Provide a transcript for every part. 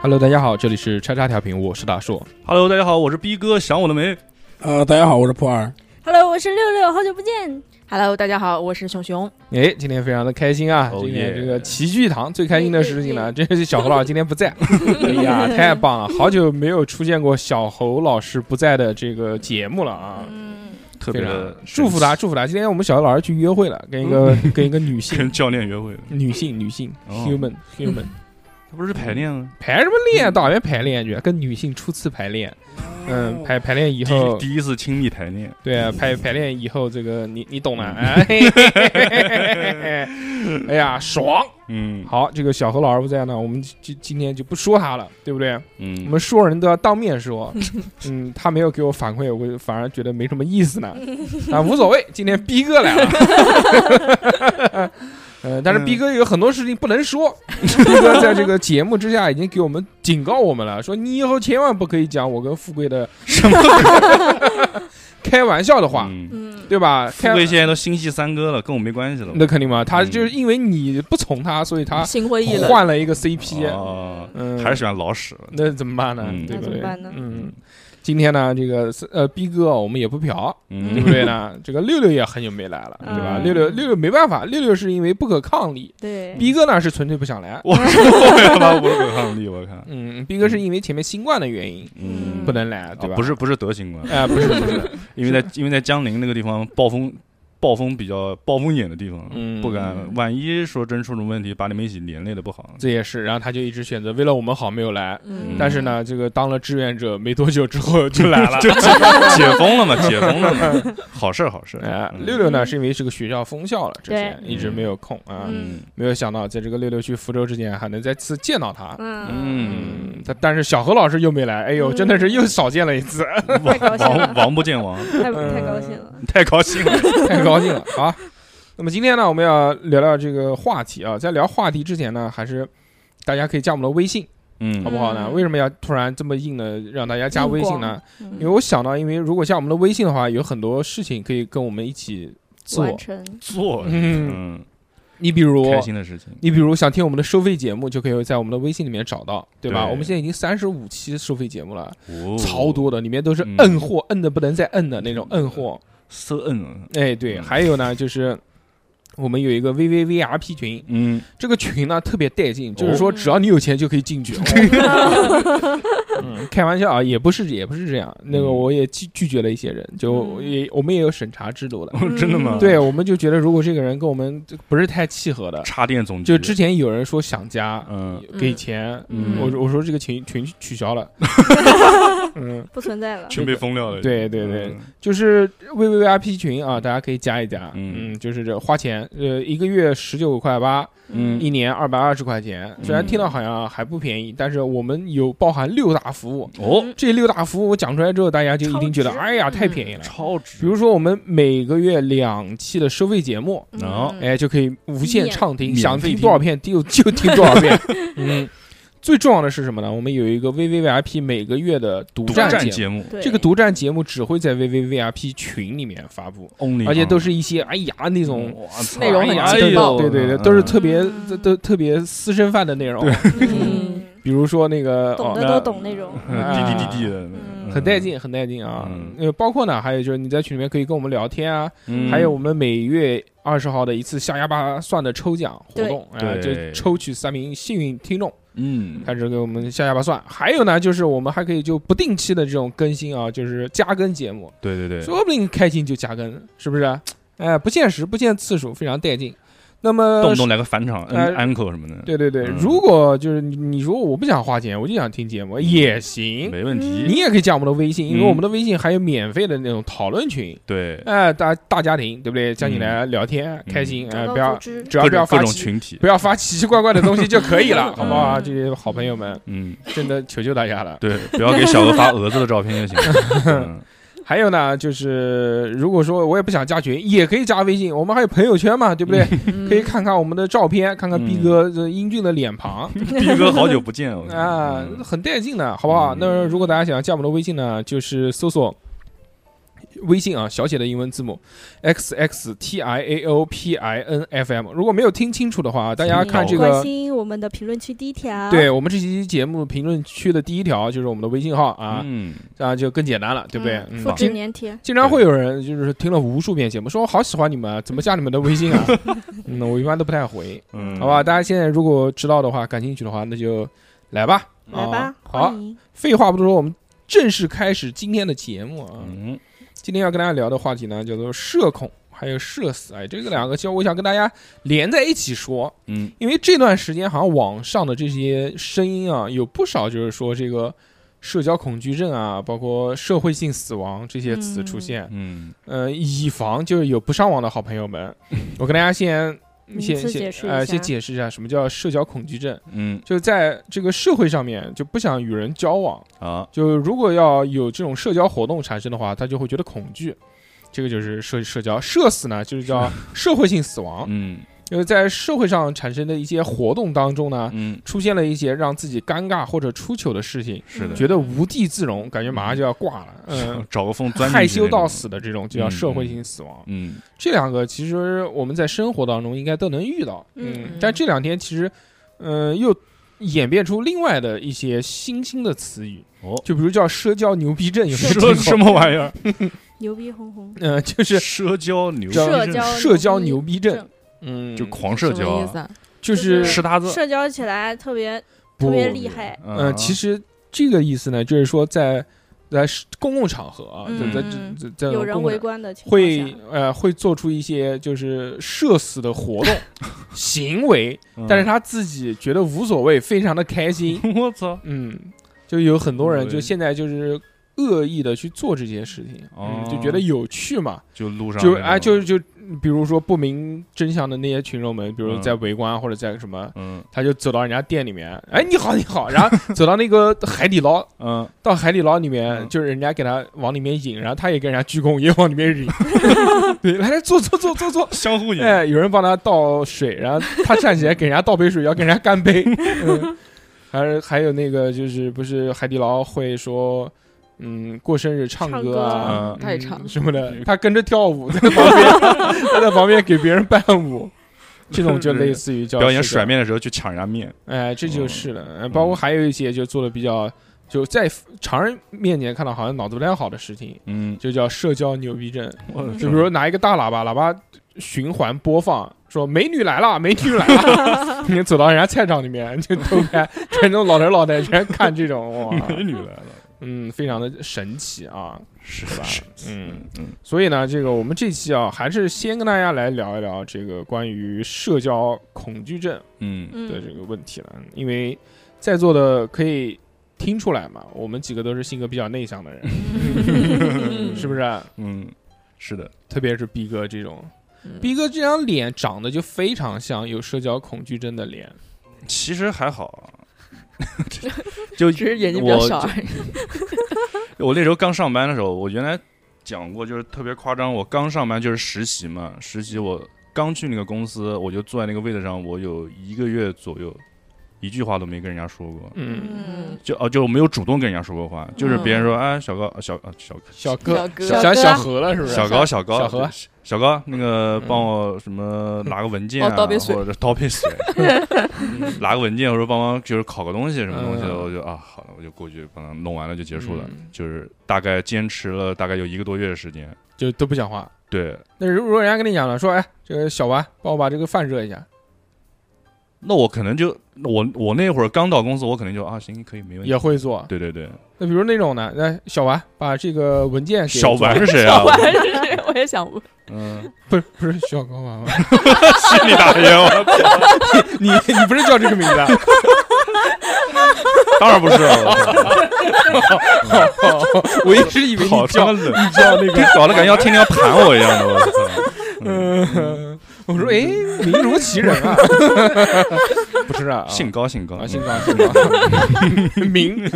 Hello，大家好，这里是叉叉调频，我是大硕。 Hello，大家好，我是逼哥，想我了没？呃，大家好，我是破二。 Hello，我是六六，好久不见。 Hello，大家好，我是熊熊。哎，今天非常的开心啊！ Oh 今天 yeah 这个齐聚一堂，最开心的事情呢，这是小侯老师今天不 在。哎呀，太棒了，好久没有出现过小侯老师不在的这个节目了啊！嗯，特别非的嗯常祝福他，祝福他。今天我们小侯老师去约会了，跟一个 跟一个女性跟教练约会，女性女性哦 human human 他不是排练吗？排什么练？啊到哪边排练去？跟女性初次排练，哦嗯，排排练以第后一，第一次亲密排练，对啊，排排练以后，这个你你懂的。嗯哎 嘿嘿嘿嘿嘿哎呀，爽！嗯好，这个小何老师不在呢，我们今今天就不说他了，对不对？我嗯，们说人都要当面 说，嗯，他没有给我反馈，我反而觉得没什么意思 呢，啊，无所谓，今天逼哥来了， 呃，但是逼哥有很多事情不能 说，逼哥在这个节目之下已经给我们警告我们了，说你以后千万不可以讲我跟富贵的什么开玩笑的话，嗯嗯，对吧？富开贵现在都心系三哥了，跟我没关系了。那肯定嘛，嗯他就是因为你不从他，所以他心灰意冷。啊换了一个 CP，、哦，嗯，还是喜欢老史。那怎么办呢？嗯对不那怎对么办呢？嗯，今天呢，这个呃，逼哥我们也不嫖，对嗯不对呢？这个六六也很久没来了，对吧？嗯六六六六没办法，六六是因为不可抗力，对，逼哥呢是纯粹不想来， 我说我他妈我有抗力，我看，嗯，逼哥是因为前面新冠的原因嗯不，能来，对吧？啊不，是不是德行观，哎，不是不是，因为在因为在江宁那个地方暴风暴风比较暴风眼的地方，嗯不敢，万一说真出什么问题，把你们一起连累的不好。。这也是，然后他就一直选择为了我们好没有来。嗯但是，呢，这个当了志愿者没多久之后就来了就解 解 封了嘛，解封了嘛，好事儿好事儿。哎，嗯六六呢是因为这个学校封校了，之前对一直没有空啊，嗯没有想到在这个六六去福州之前还能再次见到他。嗯，嗯，嗯，他但是小何老师又没来，哎呦，嗯真的是又少见了一 次，王太高兴啊了王王不见 王，太呃太高兴了。太高兴了。太高兴了啊！那么今天呢，我们要聊聊这个话题啊，在聊话题之前呢，还是大家可以加我们的微信，好嗯不好呢？嗯为什么要突然这么硬的让大家加微信呢？嗯因为我想到，因为如果加我们的微信的话，有很多事情可以跟我们一起做完。成，做嗯，嗯，你比如开心的事情。你比如想听我们的收费节目，就可以在我们的微信里面找到，对吧？对我们现在已经三十五期收费节目了，哦超多的，里面都是嗯摁货，摁的不能再摁的那种摁货。 ，so 嗯哎，对，嗯还有呢，就是我们有一个 VVVRP 群，嗯，这个群呢特别带劲，就是哦说只要你有钱就可以 进去。嗯，开玩笑啊，也不是也不是这样，那个嗯我也拒拒绝了一些人，就嗯也我们也有审查制度的。哦 真的吗？嗯对，我们就觉得如果这个人跟我们不是太契合的，插电总局就之前有人说想加，嗯给钱，嗯我说我说这个群群取消 了， 嗯，不存在了。全被封掉了。对对对嗯，，就是 VVVIP 群啊，大家可以加一加，嗯嗯，就是这花钱，呃，一个月十九块八，嗯一年二百二十块钱，虽然嗯听到好像还不便宜，但是我们有包含六大服务，哦，这六大服务我讲出来之后，大家就一定觉得超值哎呀嗯太便宜了，超值。比如说我们每个月两期的收费节目。嗯哦，哎，就可以无限畅听，免想费听听多少遍就 就听多少 遍。嗯，最重要的是什么呢？我们有一个 VVVIP 每个月的独独占占节目，节目对这个独占节目只会在 VVVIP 群里面发布， ，only，嗯而且都是一些哎呀那种。哇操内容很哎呀劲爆对对对，嗯都是特别嗯都都特别私生饭的内容，嗯，比如说那个懂哦，的都懂那种。嗯滴滴滴滴的，嗯很带劲，很带劲啊嗯！呃，包括呢，还有就是你在群里面可以跟我们聊天啊，嗯。还有我们每月二十号的一次下哑巴算的抽奖活对动，啊，就对抽取三名幸运听众，嗯，开始给我们下哑巴算。还有呢，就是我们还可以就不定期的这种更新啊，就是加更节目，对对对，说不定开心就加更，是不是？哎，不限时，不限次数，非常带劲。那么，动不动来个返场呃，uncle 什么的，对对对，嗯如果就是你，你说我不想花钱，我就想听节目也行，没问题。你也可以加我们的微信，因为嗯我们的微信还有免费的那种讨论群，对，哎，大大家庭，对不对？加进来嗯聊天，开心，哎，不要知。只要各不要种各发种奇群体，不要发奇奇怪怪的东西就可以 了，好不好啊？嗯这些好朋友们，嗯，真的求求大家了。对，不要给小鹅 发蛾子的照片就行了。啊还有呢，就是如果说我也不想加群，也可以加微信，我们还有朋友圈嘛，对不对？ 嗯可以看看我们的照片，看看嗯逼哥这英俊的脸庞逼哥好久不见，我看啊，很带劲的，好不好？嗯那如果大家想要加我们的微信呢，就是搜索微信啊，小写的英文字母 x x t i a o p i n f m。如果没有听清楚的话，大家看这关个。心我们的评论区第一条，对我们这期节目评论区的第一条就是我们的微信号啊，嗯，啊就更简单了，对不对？嗯复经制粘贴，经常会有人就是听了无数遍节目，说我好喜欢你们啊，怎么加你们的微信 啊？嗯，我一般都不太回，嗯好吧？大家现在如果知道的话，感兴趣的话，那就来吧，来啊吧，好欢，迎。废话不多说，我们正式开始今天的节目啊。嗯，今天要跟大家聊的话题呢，叫做社恐。还有社死，哎，这个两个其实我想跟大家连在一起说，嗯因为这段时间好像网上的这些声音啊，有不少就是说这个社交恐惧症啊，包括社会性死亡这些词出现。嗯呃，以防就是有不上网的好朋友们，我跟大 家先名先词先解释一呃下先解释一下什么叫社交恐惧症，嗯就是在这个社会上面就不想与人交往，啊，就如果要有这种社交活动产生的话，他就会觉得恐惧。这个就是社社交社死呢，就是 叫社会性死亡，嗯就是在社会上产生的一些活动当中呢，嗯，出现了一些让自己尴尬或者出糗的事情，嗯是的，觉得无地自容，感觉马上就要挂了， 嗯，找个缝钻进去害羞到那种，死的这种就叫社会性死亡。嗯这两个其实我们在生活当中应该都能遇到，嗯嗯，但这两天其实，呃，又演变出另外的一些新兴的词语，哦， 就比如叫社交牛逼症，有没有社听什过？么玩意儿？牛逼哄哄，嗯、就是社交牛逼社症交社交牛逼症症，嗯，就狂社什交么意思啊，啊？就是是他字，社交起来特别不特别厉害，啊嗯、其实这个意思呢，就是说在在公共场合啊，嗯在在嗯在在有人公共围观的情况下会呃会做出一些就是社死的活 动行为，嗯但是他自己觉得无所谓，非常的开心。 我操，嗯，就有很多人对就现在就是恶意的去做这些事情，哦嗯，就觉得有趣嘛，就路上就那种哎就就比如说不明真相的那些群众们，比如嗯在围观啊或者在什么。嗯他就走到人家店里 面，哎，你好，你好，然后走到那个 海底捞，嗯，到海底捞里面，嗯就是人家给他往里面引，然后他也跟人家鞠躬，也往里面 引，对，来坐坐坐坐坐，相互引，哎，有人帮他倒水，然后他站起来给人家倒杯 水，要跟人家干杯。嗯，还是还有那个就是不是海底捞会说，嗯，过生日唱歌啊唱歌，嗯他也唱什么的，嗯他跟着跳舞，在旁边 他在旁边给别人伴舞，这种就类似于叫表演社交甩，面的时候去抢人家面，哎，这就是了。呃包括还有一些就做的比较。就在常人面前看到好像脑子不太好的事情，嗯，就叫社交牛逼症。我的就天比如拿一个大喇叭，喇叭循环播放，说“美女来了，美女来了”，你走到人家菜场里面就偷拍，全都老头老太全看这种，哇， 美女来了，嗯，非常的神奇啊。是吧是嗯嗯所以呢，这个我们这期啊，还是先跟大家来聊一聊这个关于社交恐惧症嗯的嗯，这个问题了，因为在座的可以听出来嘛，我们几个都是性格比较内向的人， 是不是？嗯，是的，特别是逼哥这种，嗯逼哥这张脸长得就非常像有社交恐惧症的脸，其实还 好，就只是眼睛比较我小而已。我那时候刚上班的时候，我原来讲过，就是特别夸张。我刚上班就是实习嘛，实习我刚去那个公司，我就坐在那个位置上，我有一个月左右，一句话都没跟人家说过，嗯，嗯嗯，就哦、就没有主动跟人家说过话，就是别人说、哎小高小啊小小哥小哥，想小何了是不是？啊小高小高小何小高那个嗯帮我什么拿个文件帮啊，我倒杯水或者倒杯水， 嗯拿个文件或者帮忙就是烤个东西什么东西的，嗯我就啊好了，我就过去帮他弄完了就结束了，嗯就是大概坚持了大概有一个多月的时间。就都不讲话。对，那如果人家跟你讲了，说哎，这个小丸帮我把这个饭热一下，那我可能就我我那会儿刚到公司，我可能就啊行可以没问题也。会做。对对对，那比如那种呢，那小丸把这个文件给小丸丸是谁啊小？丸是谁？ 我也想问。嗯，不是不是小高丸丸，是你大爷！我你你不是叫这个名字啊？当然不是了， 我一直以为你我好他叫妈冷， 你叫那个，搞得感觉要天天要盘我一样的，我操！嗯，嗯，我说哎，名如其人 啊，不是啊，兴高兴高啊，，姓高，姓高， 名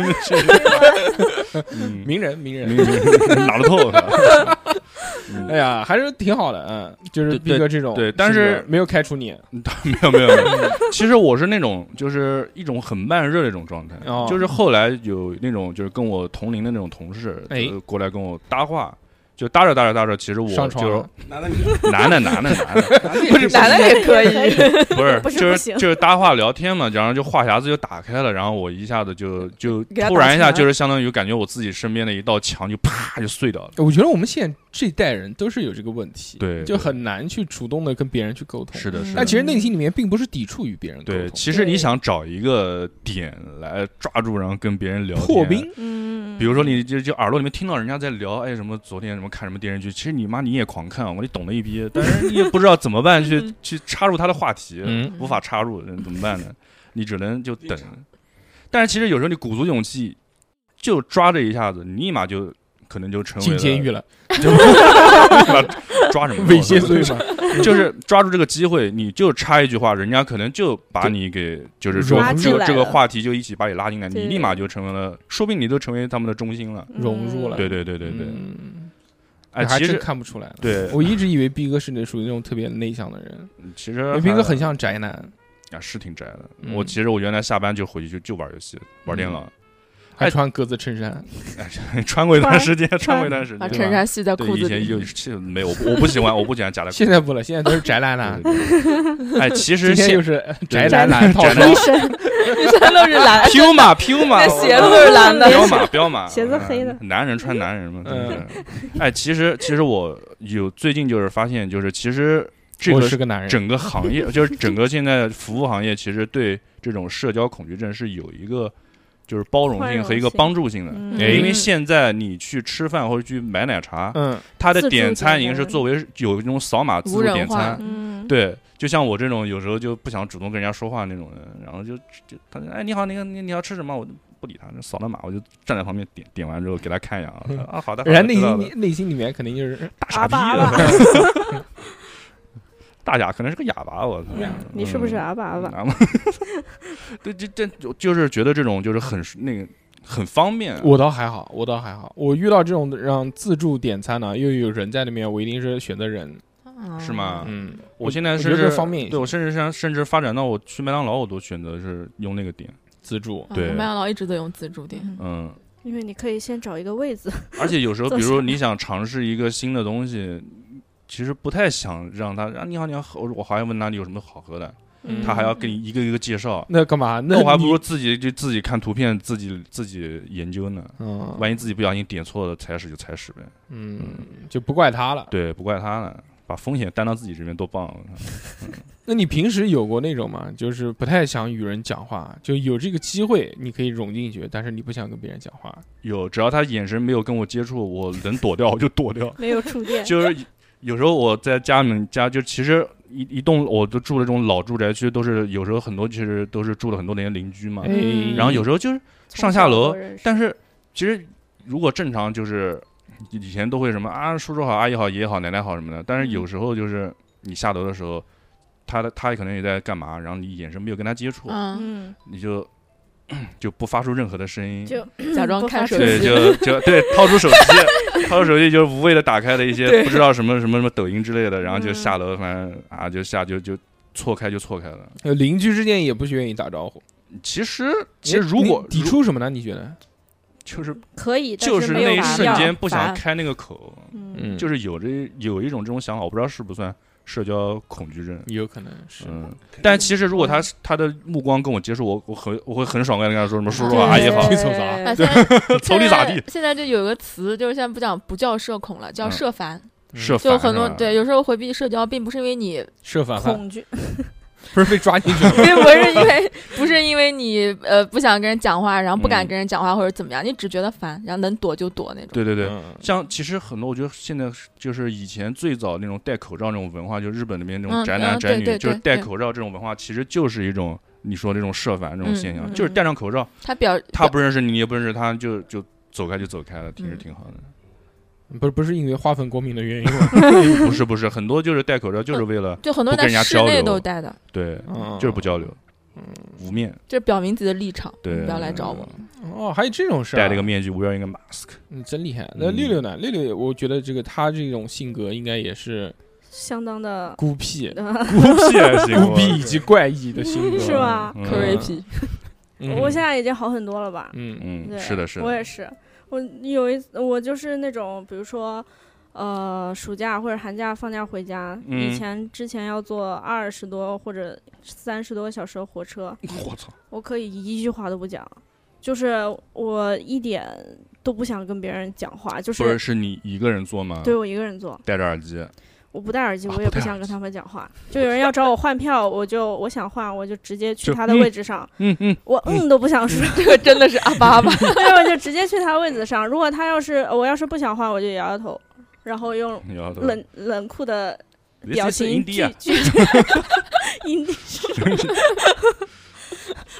嗯， 名人，名明人，明哪得透？哎呀，还是挺好的，嗯，就是对逼哥这种性格，对但是没有开除你， 没有没有没有，其实我是那种就是一种很慢热的一种状态哦，就是后来有那种就是跟我同龄的那种同事哎就是过来跟我搭话，就搭着搭着搭着，其实我上床就了男的女的，是 男的男的男的，男的也是男的 也可以，不是不是就不是行就是搭话聊天嘛，然后就话匣子就打开了，然后我一下子就就给他突然一打起来下了就是相当于感觉我自己身边的一道墙就啪就碎掉了。我觉得我们现在这代人都是有这个问题，对就对很难去主动的跟别人去沟通。是的，是但的其。实内心里面并不是抵触于别人沟对，通，其实你对想找一个点来抓住，然后跟别人聊破天冰。嗯，比如说你就就耳朵里面听到人家在聊，哎，什么昨天什么看什么电视剧，其实你妈你也狂看，啊我你懂了一逼，但是你也不知道怎么办去嗯 去插入他的话题，嗯无法插入，嗯怎么办呢？你只能就等。但是其实有时候你鼓足勇气，就抓这一下子，你立马就可能就成为进了监狱了， 就抓什么猥亵罪嘛， 就是抓住这个机会，你就插一句话，人家可能就把你给就是说拉这进个来这个了话题就一起把你拉进来，你对立马就成为了，说不定你都成为他们的中心了。融入了对对对对对，嗯哎，还其真实看不出来。对，我一直以为逼哥是那属于那种特别内向的人，其实因为嗯还逼哥很像宅男，啊，是挺宅的。嗯我其实我原来下班就回去就就玩游戏，玩电脑，哎还穿格子衬衫，嗯 穿过一段穿时间，穿穿过一段时把间。衬衫系在对，裤以子前里。有其实没有，我不喜欢，我不喜欢夹在裤 现子在不了，现在都是宅男里。男。对对对哎，其今实天现就是呃宅男男套宅装男医，生， 你穿都是嗯蓝，彪马彪马，那鞋子都是蓝的。彪马 彪马，鞋子黑的嗯男人穿男人嘛，真的是。哎，其实其实我有最近就是发现，就是其实这我个是个男人。整个行业，就是整个现在服务行业，其实对这种社交恐惧症是有一个就是包容宽性容和一个性帮助性的。嗯哎因为现在你去吃饭或者去买奶茶，嗯，它的自助点点餐已经餐是作为有一种扫码自助无人点化餐，嗯，对，就像我这种有时候就不想主动跟人家说话那种人，然后就就他说哎你好那个你你要吃什么我就不理他，就扫了码我就站在旁边点点完之后给他看一眼啊嗯啊好的，好的人家内知道心了里内心里面肯定就是大傻逼阿巴啊， 大傻可能是个哑巴我操，你是不是嗯阿巴阿巴？啊 嘛对，这这就就是觉得这种就是很那个很方便，啊我倒还好，我倒还好。我遇到这种让自助点餐呢，又有人在里面，我一定是选择人。是吗？嗯，我现在我觉甚得至这方便一啊对我些甚至上甚至发展到我去麦当劳我都选择是用那个点，自助啊？对麦当劳一直都用自助点。嗯，因为你可以先找一个位子，而且有时候，比如坐下说你想尝试一个新的东西，其实不太想让他啊，你好，你好，我还要问他你有什么好喝的，嗯他还要给你一个一个介绍。那干嘛？那嗯那我还你不如自己就自己看图片，自己自己研究呢。嗯万一自己不小心点错了，踩屎就踩屎呗。嗯，就不怪他了。对，不怪他了，把风险担到自己这边多棒！那你平时有过那种吗？就是不太想与人讲话，就有这个机会你可以融进去，但是你不想跟别人讲话。有，只要他眼神没有跟我接触，我能躲掉我就躲掉。没有触电，就是有时候我在家里面家，就其实一一栋我都住的这种老住宅区，都是有时候很多其实都是住了很多年的邻居嘛。嗯哎，然后有时候就是上下楼哦从小就认识，但是其实如果正常就是以前都会什么啊，叔叔好，阿姨好，爷爷好，奶奶好什么的。但是有时候就是你下楼的时候，他的他可能也在干嘛，然后你眼神没有跟他接触， 嗯，嗯，你就就不发出任何的声音，就假装看手对，机就就对，掏出手机， 掏出手机就是无谓的打开了一些对不知道什么什么什么抖音之类的，然后就嗯下楼，反正啊就下就就错开就错开了。呃邻居之间也不愿意打招呼。哎其实其实如你果抵如触什么呢？你觉得？就是可以，但就是没有那一必瞬要间不想烦开那个口，嗯，就是有这有一种这种想法，我不知道是不算社交恐惧症。有可能是。嗯，但其实如果他他的目光跟我接触，我我很我会很爽快的跟他说什么叔叔啊阿姨好对，瞅啥啊，现在 瞅你咋地，？现在就有个词，就是现在不讲不叫社恐了，叫嗯社烦。是就烦很多是吧对，有时候回避社交，并不是因 为你，。设反叛恐惧， 不是被抓进去了并不是因为不是因为你呃不想跟人讲话，然后不敢嗯跟人讲话或者怎么样，你只觉得烦，然后能躲就躲那种。对对对，嗯像其实很多，我觉得现在是就是以前最早那种戴口罩那种文化，就日本那边那种嗯宅男嗯宅对女，对就是对戴口罩这种文化，其实就是一种你说的这种社烦这种嗯现象，嗯就是戴上口罩，他表他不认识你，你也不认识他，就就走开就走开了，其实挺好的。不是不是因为花粉过敏的原因吗？不是不是，很多就是戴口罩就是为 了就很多不跟人人家在室交内流都戴的，对，嗯就是不交流，嗯无面，就表明自己的立场，对你不要来找我。哦，还有这种事儿啊。戴了个面具，围绕一个 mask，嗯，真厉害。那嗯六六呢？六六，我觉得这个他这种性格应该也是相当的，孤僻、孤僻 还啊行孤僻以及怪异的性格，是吧？嗯 creepy，嗯？我现在已经好很多了吧？嗯嗯，对是的，是我的，也是，我有一次我就是那种，比如说，呃暑假或者寒假放假回家，嗯以前之前要坐二十多或者三十多个小时的火车，我操，我可以一句话都不讲，就是我一点都不想跟别人讲话，就不是是你一个人做吗？对我一个人坐，戴着耳机，我不戴耳机，啊我也不戴不耳想机跟他们讲话。就有人要找我换票，我就我想换，我就直接去就他的嗯位置上，嗯嗯，我嗯都不想说， 这个真的是阿巴 阿巴， 对，我就直接去他位子上。如果他要是我要是不想换，我就摇摇头，然后用你要冷冷酷的 This 表 is 情 India 拒 拒绝。 阴地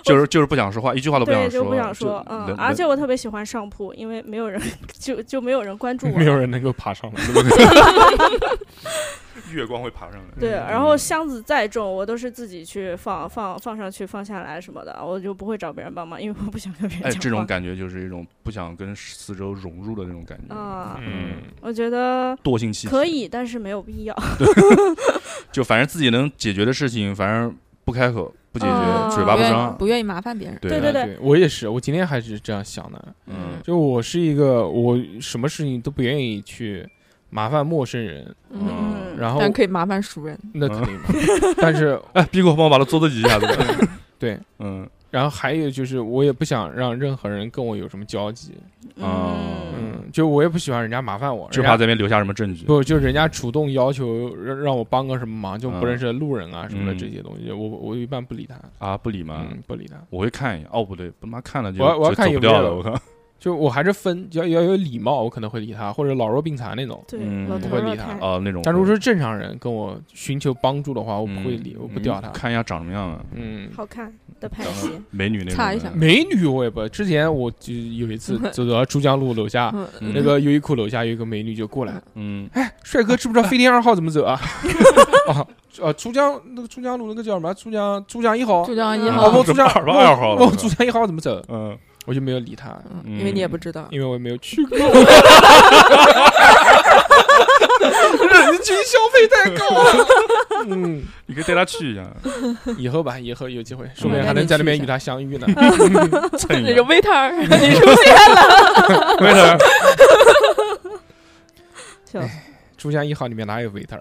就是就是不想说话，一句话都不想对，说，就不想说，就嗯冷，而且我特别喜欢上铺，因为没有人就就没有人 关注我没，有人能够爬上来。冷月光会爬上来。嗯对，然后箱子再重，我都是自己去放放放上去放下来什么的，我就不会找别人帮忙，因为我不想跟别人哎，讲话。这种感觉就是一种不想跟四周融入的那种感觉，啊，嗯，我觉得惰性气息可以，但是没有必要。就反正自己能解决的事情，反正不开口不解啊决，嘴巴不不愿张意。不愿意麻烦别人。对对啊对对我也是，我今天还是这样想的。嗯就我是一个，我什么事情都不愿意去麻烦陌生人，嗯，嗯然后但可以麻烦熟人。那肯定 嘛。但是哎，逼哥帮我把他桌子挤一下子。 对，嗯，然后还有就是，我也不想让任何人跟我有什么交集。嗯，嗯，就我也不喜欢人家麻烦我，就人家怕在那边留下什么证据。不就人家主动要求让让我帮个什么忙，就不认识的路人啊什么的嗯这些东西，我我一般不理他，啊，不理吗？嗯，不理他。我会看一眼。哦，不对，他妈看了就我要我要就看走有不没有掉了。我靠，就我还是分，要要有礼貌，我可能会理他，或者老弱病残那种。对嗯，老不头会老理他太太，哦，那种。但如果是正常人跟我寻求帮助的话，我不嗯会理，我不屌他嗯。看一下长什么样啊，嗯，好看的拍长戏得，美女那种的。嗯擦一下美女我也不，之前我就有一次走到珠江路楼下，嗯，嗯那个优衣库楼下有一个美女就过来，哎嗯，帅哥知不知道飞天二号怎么走啊？ 啊啊，珠江那个珠江路那个叫什么？珠江珠江一哦号，珠江一嗯啊，号问我，珠江二号二号问我珠江一号怎么走？嗯，我就没有理他，嗯因为你也不知道。因为我没有去 过。 人均消费太高了。 嗯，你可以带她去 一下，以后吧，以后有机会，说不定还能在那边与他相 遇呢。蹭 那一个下。 waiter，你是不是为啥？就珠江一号里面哪有 waiter？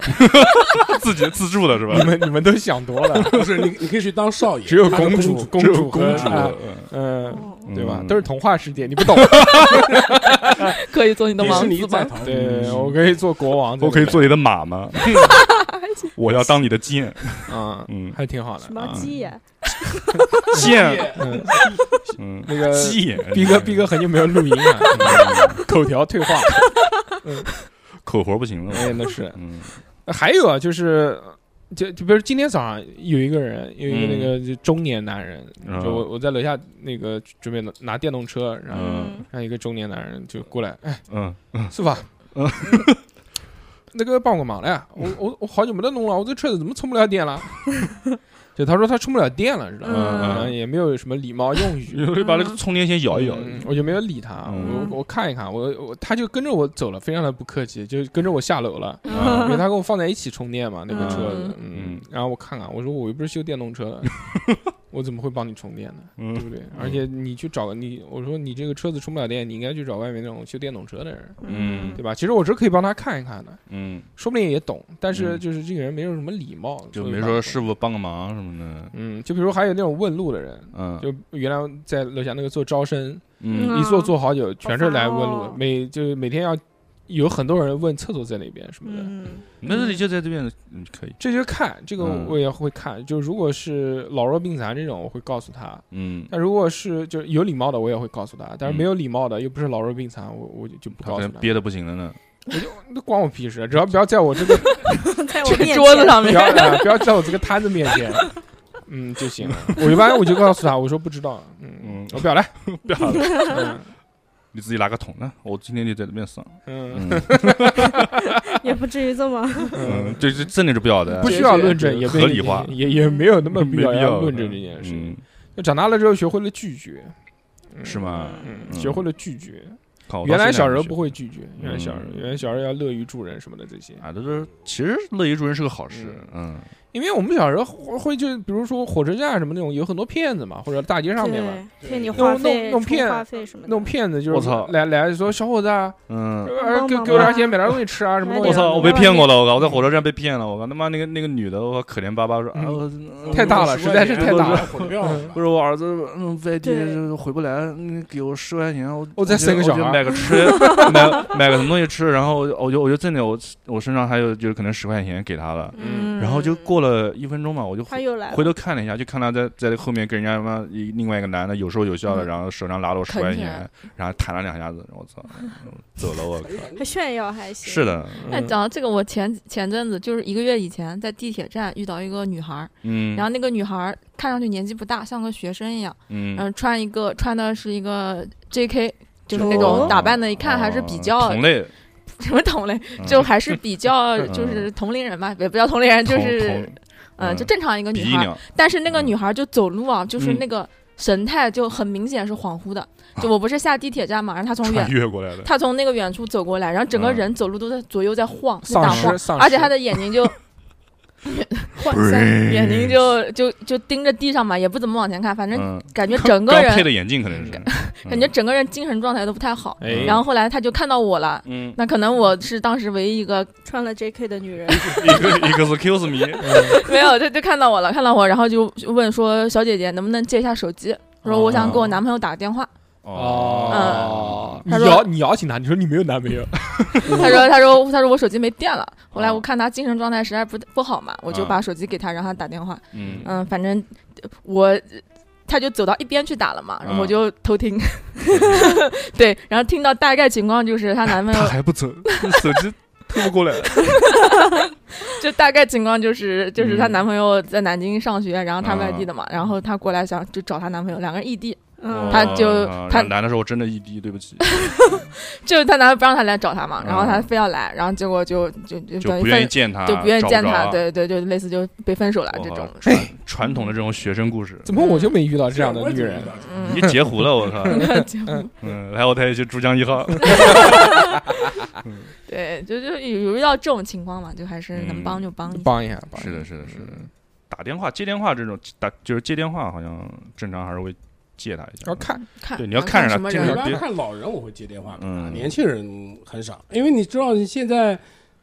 自己自助的是吧你？们你们都想多了，不是你，你可以去当少爷，只有她是公公主，主公只有主，公主啊的，嗯，哦嗯对吧？嗯都是童话世界，你 不懂。可以做你的迪士王尼子在吗？旁边，对，我可以做国王，我可以做你的马 吗？我要当你的剑，啊， 嗯，还挺好的。什么啊鸡眼，剑，嗯，嗯，那个鸡，嗯逼呃哥，逼哥很久没有录音 了，口条退化，口活不行了，哎，那是。嗯还有啊，就是。就就比如今天早上有一个人，有一个嗯那个就中年男人，嗯就我我在楼下那个准备拿拿电动车，然后嗯嗯，让一个中年男人就过 来，哎，嗯，是吧嗯？ 那个帮我个忙了呀，我我我好久没得弄了，我这车子怎么充不了电了？ 就他说他充不了电了，知道吗？嗯然后也没有什么礼貌用语， 有人把那个充电线摇一摇，嗯我就没有理他，嗯我我看一看，我我他就跟着我走了，非常的不客气，就跟着我下楼了，啊 因为嗯他跟我放在一起充电嘛，那个车子，嗯嗯，然后我看看，我说我又不是修电动车 的，我怎么会帮你充电呢？对 嗯不对？而且你去找个你，我说你这个车子充不了电，你应该去找外面那种修电动车的人，嗯对吧？其实我是可以帮他看一看的，嗯，说不定也懂，但是嗯就是这个人没有什么礼貌，就所以没吧说师。傅帮个忙什么的，嗯，就比如还有那种问路的人，嗯就原来在楼下那个做招生，嗯啊一做做好久，全是来问好路的烦哦，每就是每天要有很多人问厕所在哪边什么的。嗯，那这里就在这边，嗯，可以，这就看这个嗯我也会看，就如果是老弱病残这种，我会告诉他；嗯，但如果是就有礼貌的，我也会告诉他；但是嗯没有礼貌的，又不是老弱病残，我我就就不他告可诉能他。憋的不行了呢，那关我屁事，只要不要在我这个嗯 在我这面桌子前上不面要、啊、不要在我这个摊子面前，嗯就行了。我一般我就告诉他，我说不知道，嗯嗯，我不要来， 不要了，嗯你自己拿个桶呢，我今天就在这边上，嗯嗯 也不至于这么，嗯，嗯，这这真的是不要的，不需要论证，也不合理化也也没有那么没必必要要要论证这件事情嗯。就长大了之后学会了拒绝，嗯是？吗？嗯，嗯学会了拒绝。靠哦我到原来现在小时还候学不会拒绝，原来小时候嗯原来小时候要乐于助人什么的这些，啊，都是其实乐于助人是个好事，嗯因为我们小时候会会就比如说火车站什么那种，有很多骗子嘛，或者大街 上面嘛，对，骗你弄话费、弄弄充骗话费什么那的。种骗子就是我操来来说小伙子啊，嗯，呃，给帮忙给我吧点钱买点东西吃啊什么东我对西买点啊，操，啊我被骗过了，我靠，我在火车站被骗了，我靠，他妈那个那个女的，我靠可怜巴巴说，啊，嗯我太大了实在是太大了火车票嗯 不是我儿子，嗯，外地对就是回不来，嗯给我十块钱，我我再生个就小孩买个吃， 买买个什么东西吃，然后我就我就真的我我身上还有就是可能十块钱给他了，嗯然后就过了一分钟嘛，我就他回又来了回头看了一下，就看他在在后面跟人家他妈一另外一个男的有说有笑的，嗯然后手上拿了我十啃啊块起来钱，然后弹了两下子，我 操，嗯走了我靠，还炫耀还行。是，的，那哎讲到这个，我前前阵子就是一个月以前，在地铁站遇到一个女孩儿，嗯，然后那个女孩儿看上去年纪不大，像个学生一样，嗯然后穿一个穿的是一个 J.K。就是那哦种打扮的，一看还是比较、同类，什么同类，嗯就还是 比较就是同龄人吧，也不叫同龄人，就同是同嗯，嗯就正常一个比女翼孩儿。鸟，但是那个女孩儿就走路啊，就是嗯那个神态就很明显是恍惚的。就我不是下地铁站嘛，然后她从远穿越嗯过来的，他从那个远处走过来，然后整个人走路都在左右在晃，在丧打尸晃，丧尸，而且他的眼睛就 眼睛就就就盯着地上嘛，也不怎么往前看，反正嗯，感觉整个刚配人的眼镜可能是，嗯感觉整个人精神状态都不太好。哎然后后来他就看到我了，嗯，那可能我是当时唯一一个穿了 J.K. 的女人， 一个一个是 Excuse me，没有，就就看到我了，看到我，然后就就问说小姐姐能不能借一下手机。哦说我想给我男朋友打个 电话，哦，你他说摇你摇醒他，你说你没有男朋友，他说他说他说我手机没电了。哦后来我看他精神状态实在不不好嘛，我就嗯把手机给他，让他打电话。嗯，嗯，反正呃我他就走到一边去打了嘛，然后我嗯就 偷听， 对，然后听到大概情况就是她男 朋他友，还不走，手机推不过 来，就大概情况就是就是她嗯男朋友在南京上学，然后她外啊地的嘛，然后她过来想就找她男朋友，两个人异地，嗯，他就啊他男的说我真的异地，对不起，就是她男朋友不让她来找她嘛，然后她嗯非要来，然后结果就就就就等不于愿意分。见他，就不愿意找见着她，啊，对对，就类似就被分手了我这种。传传统的这种学生故事，怎么我就没遇到这样的女人？嗯你，截胡了， 我靠，结婚嗯，来我带你去珠江一号，对，就就有有遇到这种情况嘛，就还是能嗯帮就帮一下。帮一下，帮一下是 的，是的，是的，嗯打电话接电话这种打就是接电话，好像正常还是会借他一下要，看看对你要看着什她么这一个人，般看老人我会接电话给他，嗯年轻人很少，因为你知道你现在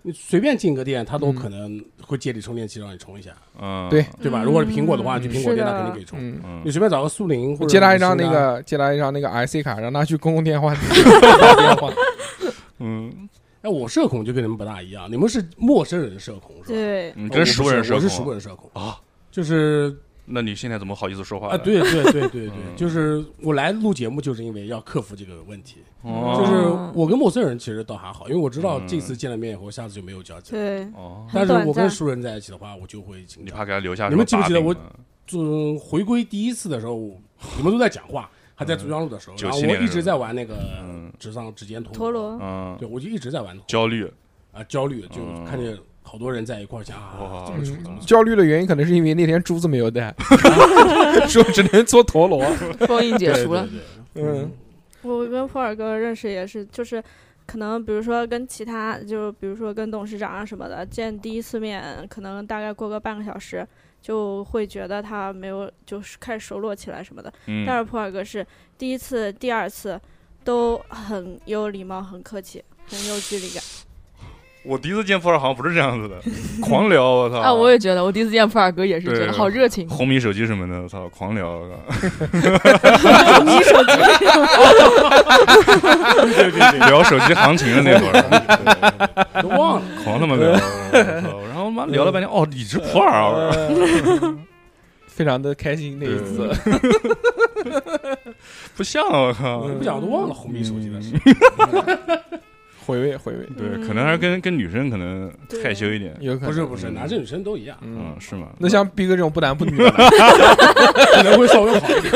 你随便进个店，他都嗯可能会借你充电器让你充一下，嗯，对对吧？如果是苹果的话，嗯去苹果是店的他肯定给充。嗯。嗯你，随便找个苏宁或者借他一张那什么的，个，借他一张那个 IC 卡，让他去公共电话 打电话。嗯，哎，我社恐就跟你们不大一样，你们是陌生人社恐是吧？对，你哦，跟熟人我不社恐是我是熟啊人社恐啊，就是那你现在怎么好意思说话啊，了？对对对对嗯对，就是我来录节目就是因为要克服这个问题，哦，就是哦我跟陌生人其实倒还好，因为我知道嗯这次见了面以后，下次就没有交集了。对，哦，但是很短我跟暂熟人在一起的话，我就会紧你张。怕给他留下你们记不记得我我就回归第一次的时候，我你们都在讲话，还在珠江路的时候，嗯然后97我年的一时候直在玩那个嗯纸上指尖陀陀，螺，嗯对我就一直在玩陀焦虑？啊，焦虑就嗯看见好多人在一块儿讲啊，嗯哇怎么处怎么处焦虑的原因可能是因为那天珠子没有 带，说只能做陀螺。封印解除了。对对嗯，我跟普尔哥认识也是，就是可能比如说跟其他，就比如说跟董事长啊什么的见第一次面，可能大概过个半个小时，就会觉得他没有，就是开始熟络起来什么的。嗯但是普尔哥是第一次、第二次都很有礼貌、很客气、很有距 离感。我第一次见富二好像不是这样子的，狂聊，我操！ 啊，我也觉得，我第一次见普尔哥也是对觉得好 热情。 红米手机什么的，我操，狂聊，我靠对对对聊手机行情的那会儿，对，都忘了。狂他妈聊，我操然后妈聊了半天，哦，你是普洱啊，我操非常的开心那一次。不像啊，我靠。嗯不讲我都忘了红米手机的事。回味回味，对，嗯可能还是跟跟女生可能对害羞一点，有可能不是不是，男生女生都一样，嗯嗯，，是吗？那像逼哥这种不男不女的呢， 可能会稍微好一点。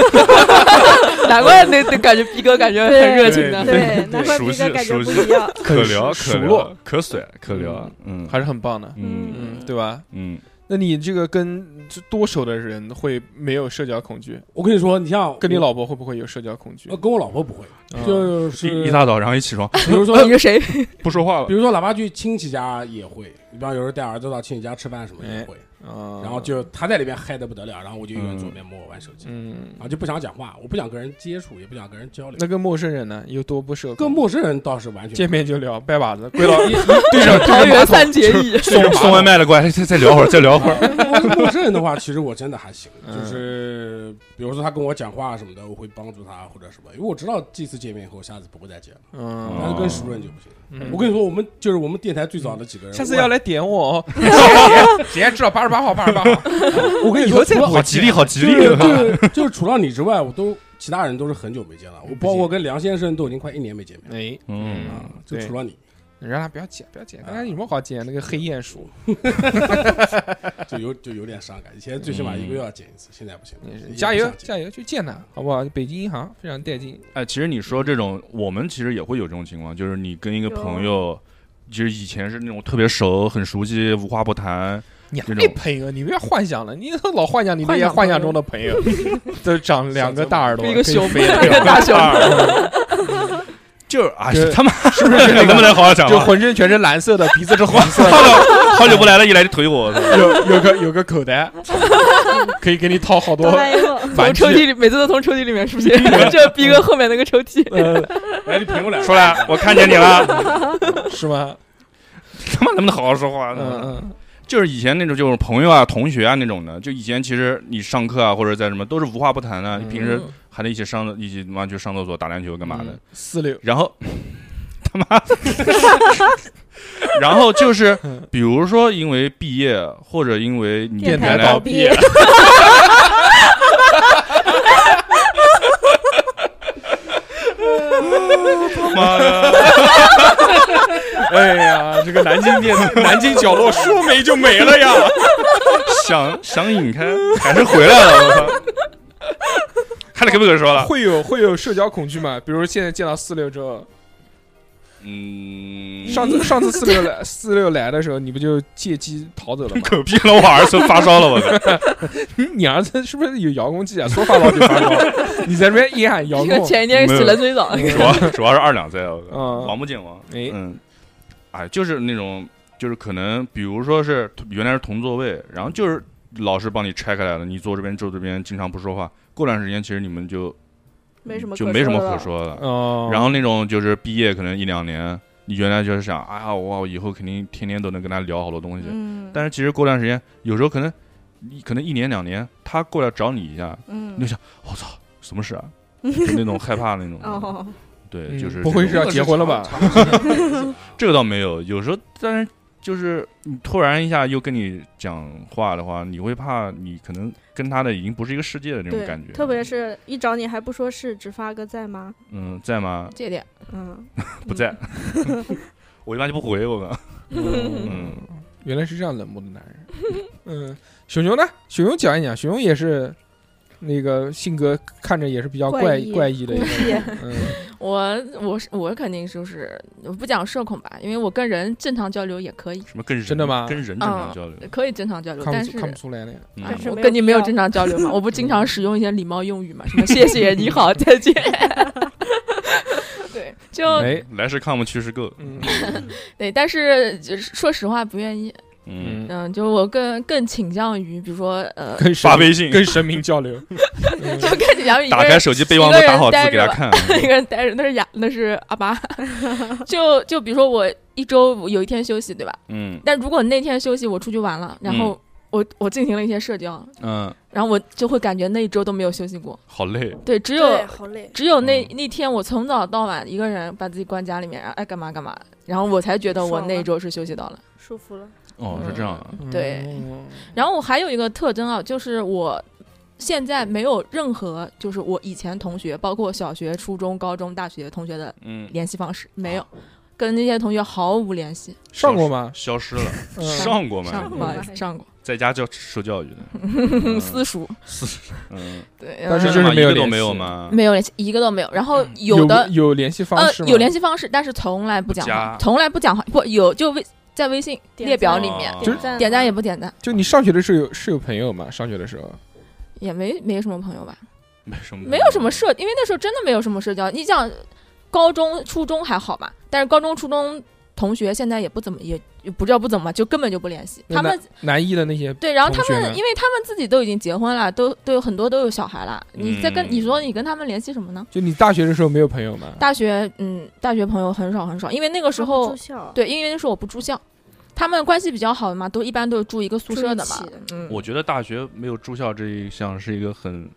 难怪那那感觉逼哥感觉很热情的。对，难怪熟逼悉哥感觉熟不悉一 样。可聊可熟络聊，可甩可聊，嗯，还是很棒的，嗯嗯，对吧？嗯那你这个跟这多熟的人会没有社交恐惧？我跟你说，你像跟你老婆会不会有社交恐惧呃？跟我老婆不会，嗯就是一一大早然后一起床啊比 如说 你是谁？不说话了比，如说，哪怕去亲戚家也会，你比方有时候带儿子到亲戚家吃饭什么也会，啊，然后就他在里面嗨的不得了，然后我就永远左边摸我玩手机，嗯然，后就不想讲话，我不想跟人接触，也不想跟人交流。那跟陌生人呢有多不社交？跟陌生人倒是完见全面就聊拜把 子，跪到 对着桃对着马园桶三结义，对着送 马送外桶卖的过来，再再聊会儿，再聊会儿。不陌生人的话，其实我真的还行，嗯就是比如说他跟我讲话什么的，我会帮助他或者什么，因为我知道这次见面以后下次不会再见了。但嗯是跟熟人就不行。嗯我跟你说，我们就是我们电台最早的几个人，下次要来。来点 我哦，谁谁知道八十八号八十八号，我跟你以后说，再除了好吉利，啊好啊吉就利 是就是就是除了你之外，我都其他人都是很久没见了。我包括跟梁先生都已经快一年没见面 了。哎，嗯啊啊，就除了你，你让他不要剪，不要剪，大家有什么好剪？那个黑鼹鼠，就有就有点伤感。以前最起码一个月要见一次，现在不行你是。也加不油想见加油，去见他好不好？北京银行非常带劲，哎，其实你说这种，我们其实也会有这种情况，就是你跟一啊个朋友，就是以前是那种特别熟、很熟悉、无话不 谈，你还这种没朋友，你别幻想了，你老幻想你那幻些想幻想中的朋友，都长两个大耳朵，一个可以熊，飞了一个大熊， 就是哎对，他妈是不你是？ 能不能好好讲 就话？浑身全是蓝色的，鼻子是黄色好的，久好久不来了，一来就怼我，有有个有个口袋，可以给你掏好多哆啦 A 梦，玩具从抽。屉里每次都从抽屉里 面出现， 这逼哥后面那个抽屉，呃，来，你评过来。出来，我看见你 了，是吗？他妈能不能好好说话？嗯就是以前那种就是朋友啊、同学啊那种的，就以前其实你上课啊或者在什么都是无话不谈的，嗯平时还得一起上一起他妈去上厕所、打篮球干嗯，嘛的。四六，然后 他妈的， 然后就是比如说因为毕业或者因为你电原台来倒闭，他妈的， 哎呀，这个南京电 南京角落说没就没了呀。想想引开还是回来了，我 操！还得可不可说了？ 会有会有社交恐惧吗？比如现在见到四六之后，嗯，上次上次四六来 四六来的时候，你不就借机逃走了吗？狗屁了，我儿子发烧了，我操！ 你儿子是不是有遥控器啊？说发烧就发 烧，你在这边一喊遥这个控，前一天洗了最早，主要主要是二两在，我操嗯王不见王。哎嗯，哎，就是那种，就是可能，比如说是原来是同座位，然后就是老师帮你拆开来了，你坐这边，坐这边，经常不说话。过段时间，其实你们就没什么就可没什么说可的说的。哦，然后那种就是毕业可能一两年，你原来就是想，啊，我以后肯定天天都能跟他聊好多东西。嗯，但是其实过段时间，有时候可能一可能一年两年，他过来找你一下，你就嗯想，我、操，什么事啊？就那种害怕那种。 哦，对，嗯就是不这会种是要结婚了吧长时间没见了？这个倒没有，有时候，但是就是你突然一下又跟你讲话的话，你会怕你可能跟他的已经不是一个世界的那种对感觉。特别是一找你还不说是，只发个在吗？嗯，在吗？ 这点嗯，不在。 我一般就不回我们。嗯嗯，原来是这样冷漠的男人。 嗯，熊熊呢？熊熊讲一讲，熊熊也是那个性格看着也是比较怪怪异怪异的一个人。嗯，嗯 我我是我肯定就是我不讲社恐吧，因为我跟人正常交流也可以，什么跟人真的吗跟人正常交流，可以正常交流，看但不出哦是看不出来的呀。嗯但是我没有跟你没有必要正常交 流嘛，我不经常使用一些礼貌用语嘛，什么谢谢、你好、再见。 对，就哎，来时 com 去时 go。嗯对，但是就是说实话不愿意，嗯，嗯，嗯，就我更更倾向于，比如说呃，跟发神微 信，跟神明交流。就更倾向于一个打人开手机备忘录，打好字给他看。一个人待着，那是哑，那是阿 巴。就就比如说我一周有一天休息，对吧？嗯但如果那天休息我出去玩了，然后我、我进行了一些社交，嗯，然后我就会感觉那一周都没有休息过。好累。对，只有对，好累。只有那、嗯那天我从早到晚一个人把自己关家里面，然后爱干嘛干嘛，然后我才觉得我爽了那一周是休息到了。舒服了，哦，是这样啊。对嗯然后我还有一个特征啊，就是我。现在没有任何就是我以前同学，包括小学、初中、高中、大学同学的嗯，联系方式，没有，跟那些同学毫无联系。上过吗？消失了，嗯上过上吗？过嗯上过，在家教受教 育的。嗯，嗯私塾，嗯，对，但是嗯就是吗没有一个都联系没有吗？没有联系，一个都没有。然后有的有联系方呃式吗？有联系方式，但是从来不讲加话，从来不讲话，不有就微在微信点列表赞里面哦就是赞点赞也不不点赞，就你上学的时候有是有朋友吗？上学的时候，也没没什么朋友吧，没什嗯么，没有什么社，因为那时候真的没有什么社交。你讲高中、初中还好吧，但是高中、初中同学现在也不怎么也也不叫不怎么，就根本就不联系。那他们南艺的那些对，然后他同学们呢因为他们自己都已经结婚了，都都有很多都有小孩了，你在跟、嗯你说你跟他们联系什么呢？就你大学的时候没有朋友吗？大学嗯，大学朋友很少很少，因为那个时候住校，对，因为那时候我不住校，他们关系比较好的嘛，都一般都是住一个宿住舍一的嘛起的。嗯，我觉得大学没有住校这一项是一个很，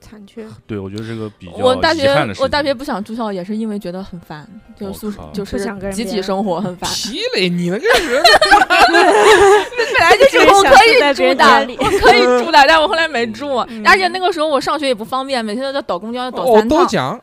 残缺，对我觉得是个比较我大遗学憾的事情我大学不想住校，也是因为觉得很烦，就是我宿舍靠就不想跟是人集体编生活 很烦。皮嘞，你那个 人本来就是这个我小可时以代住别的打理，我可以住的，但我后来没住，嗯而且那个时候我上学也不方便，每天都在倒公交，要倒哦我三都趟。讲，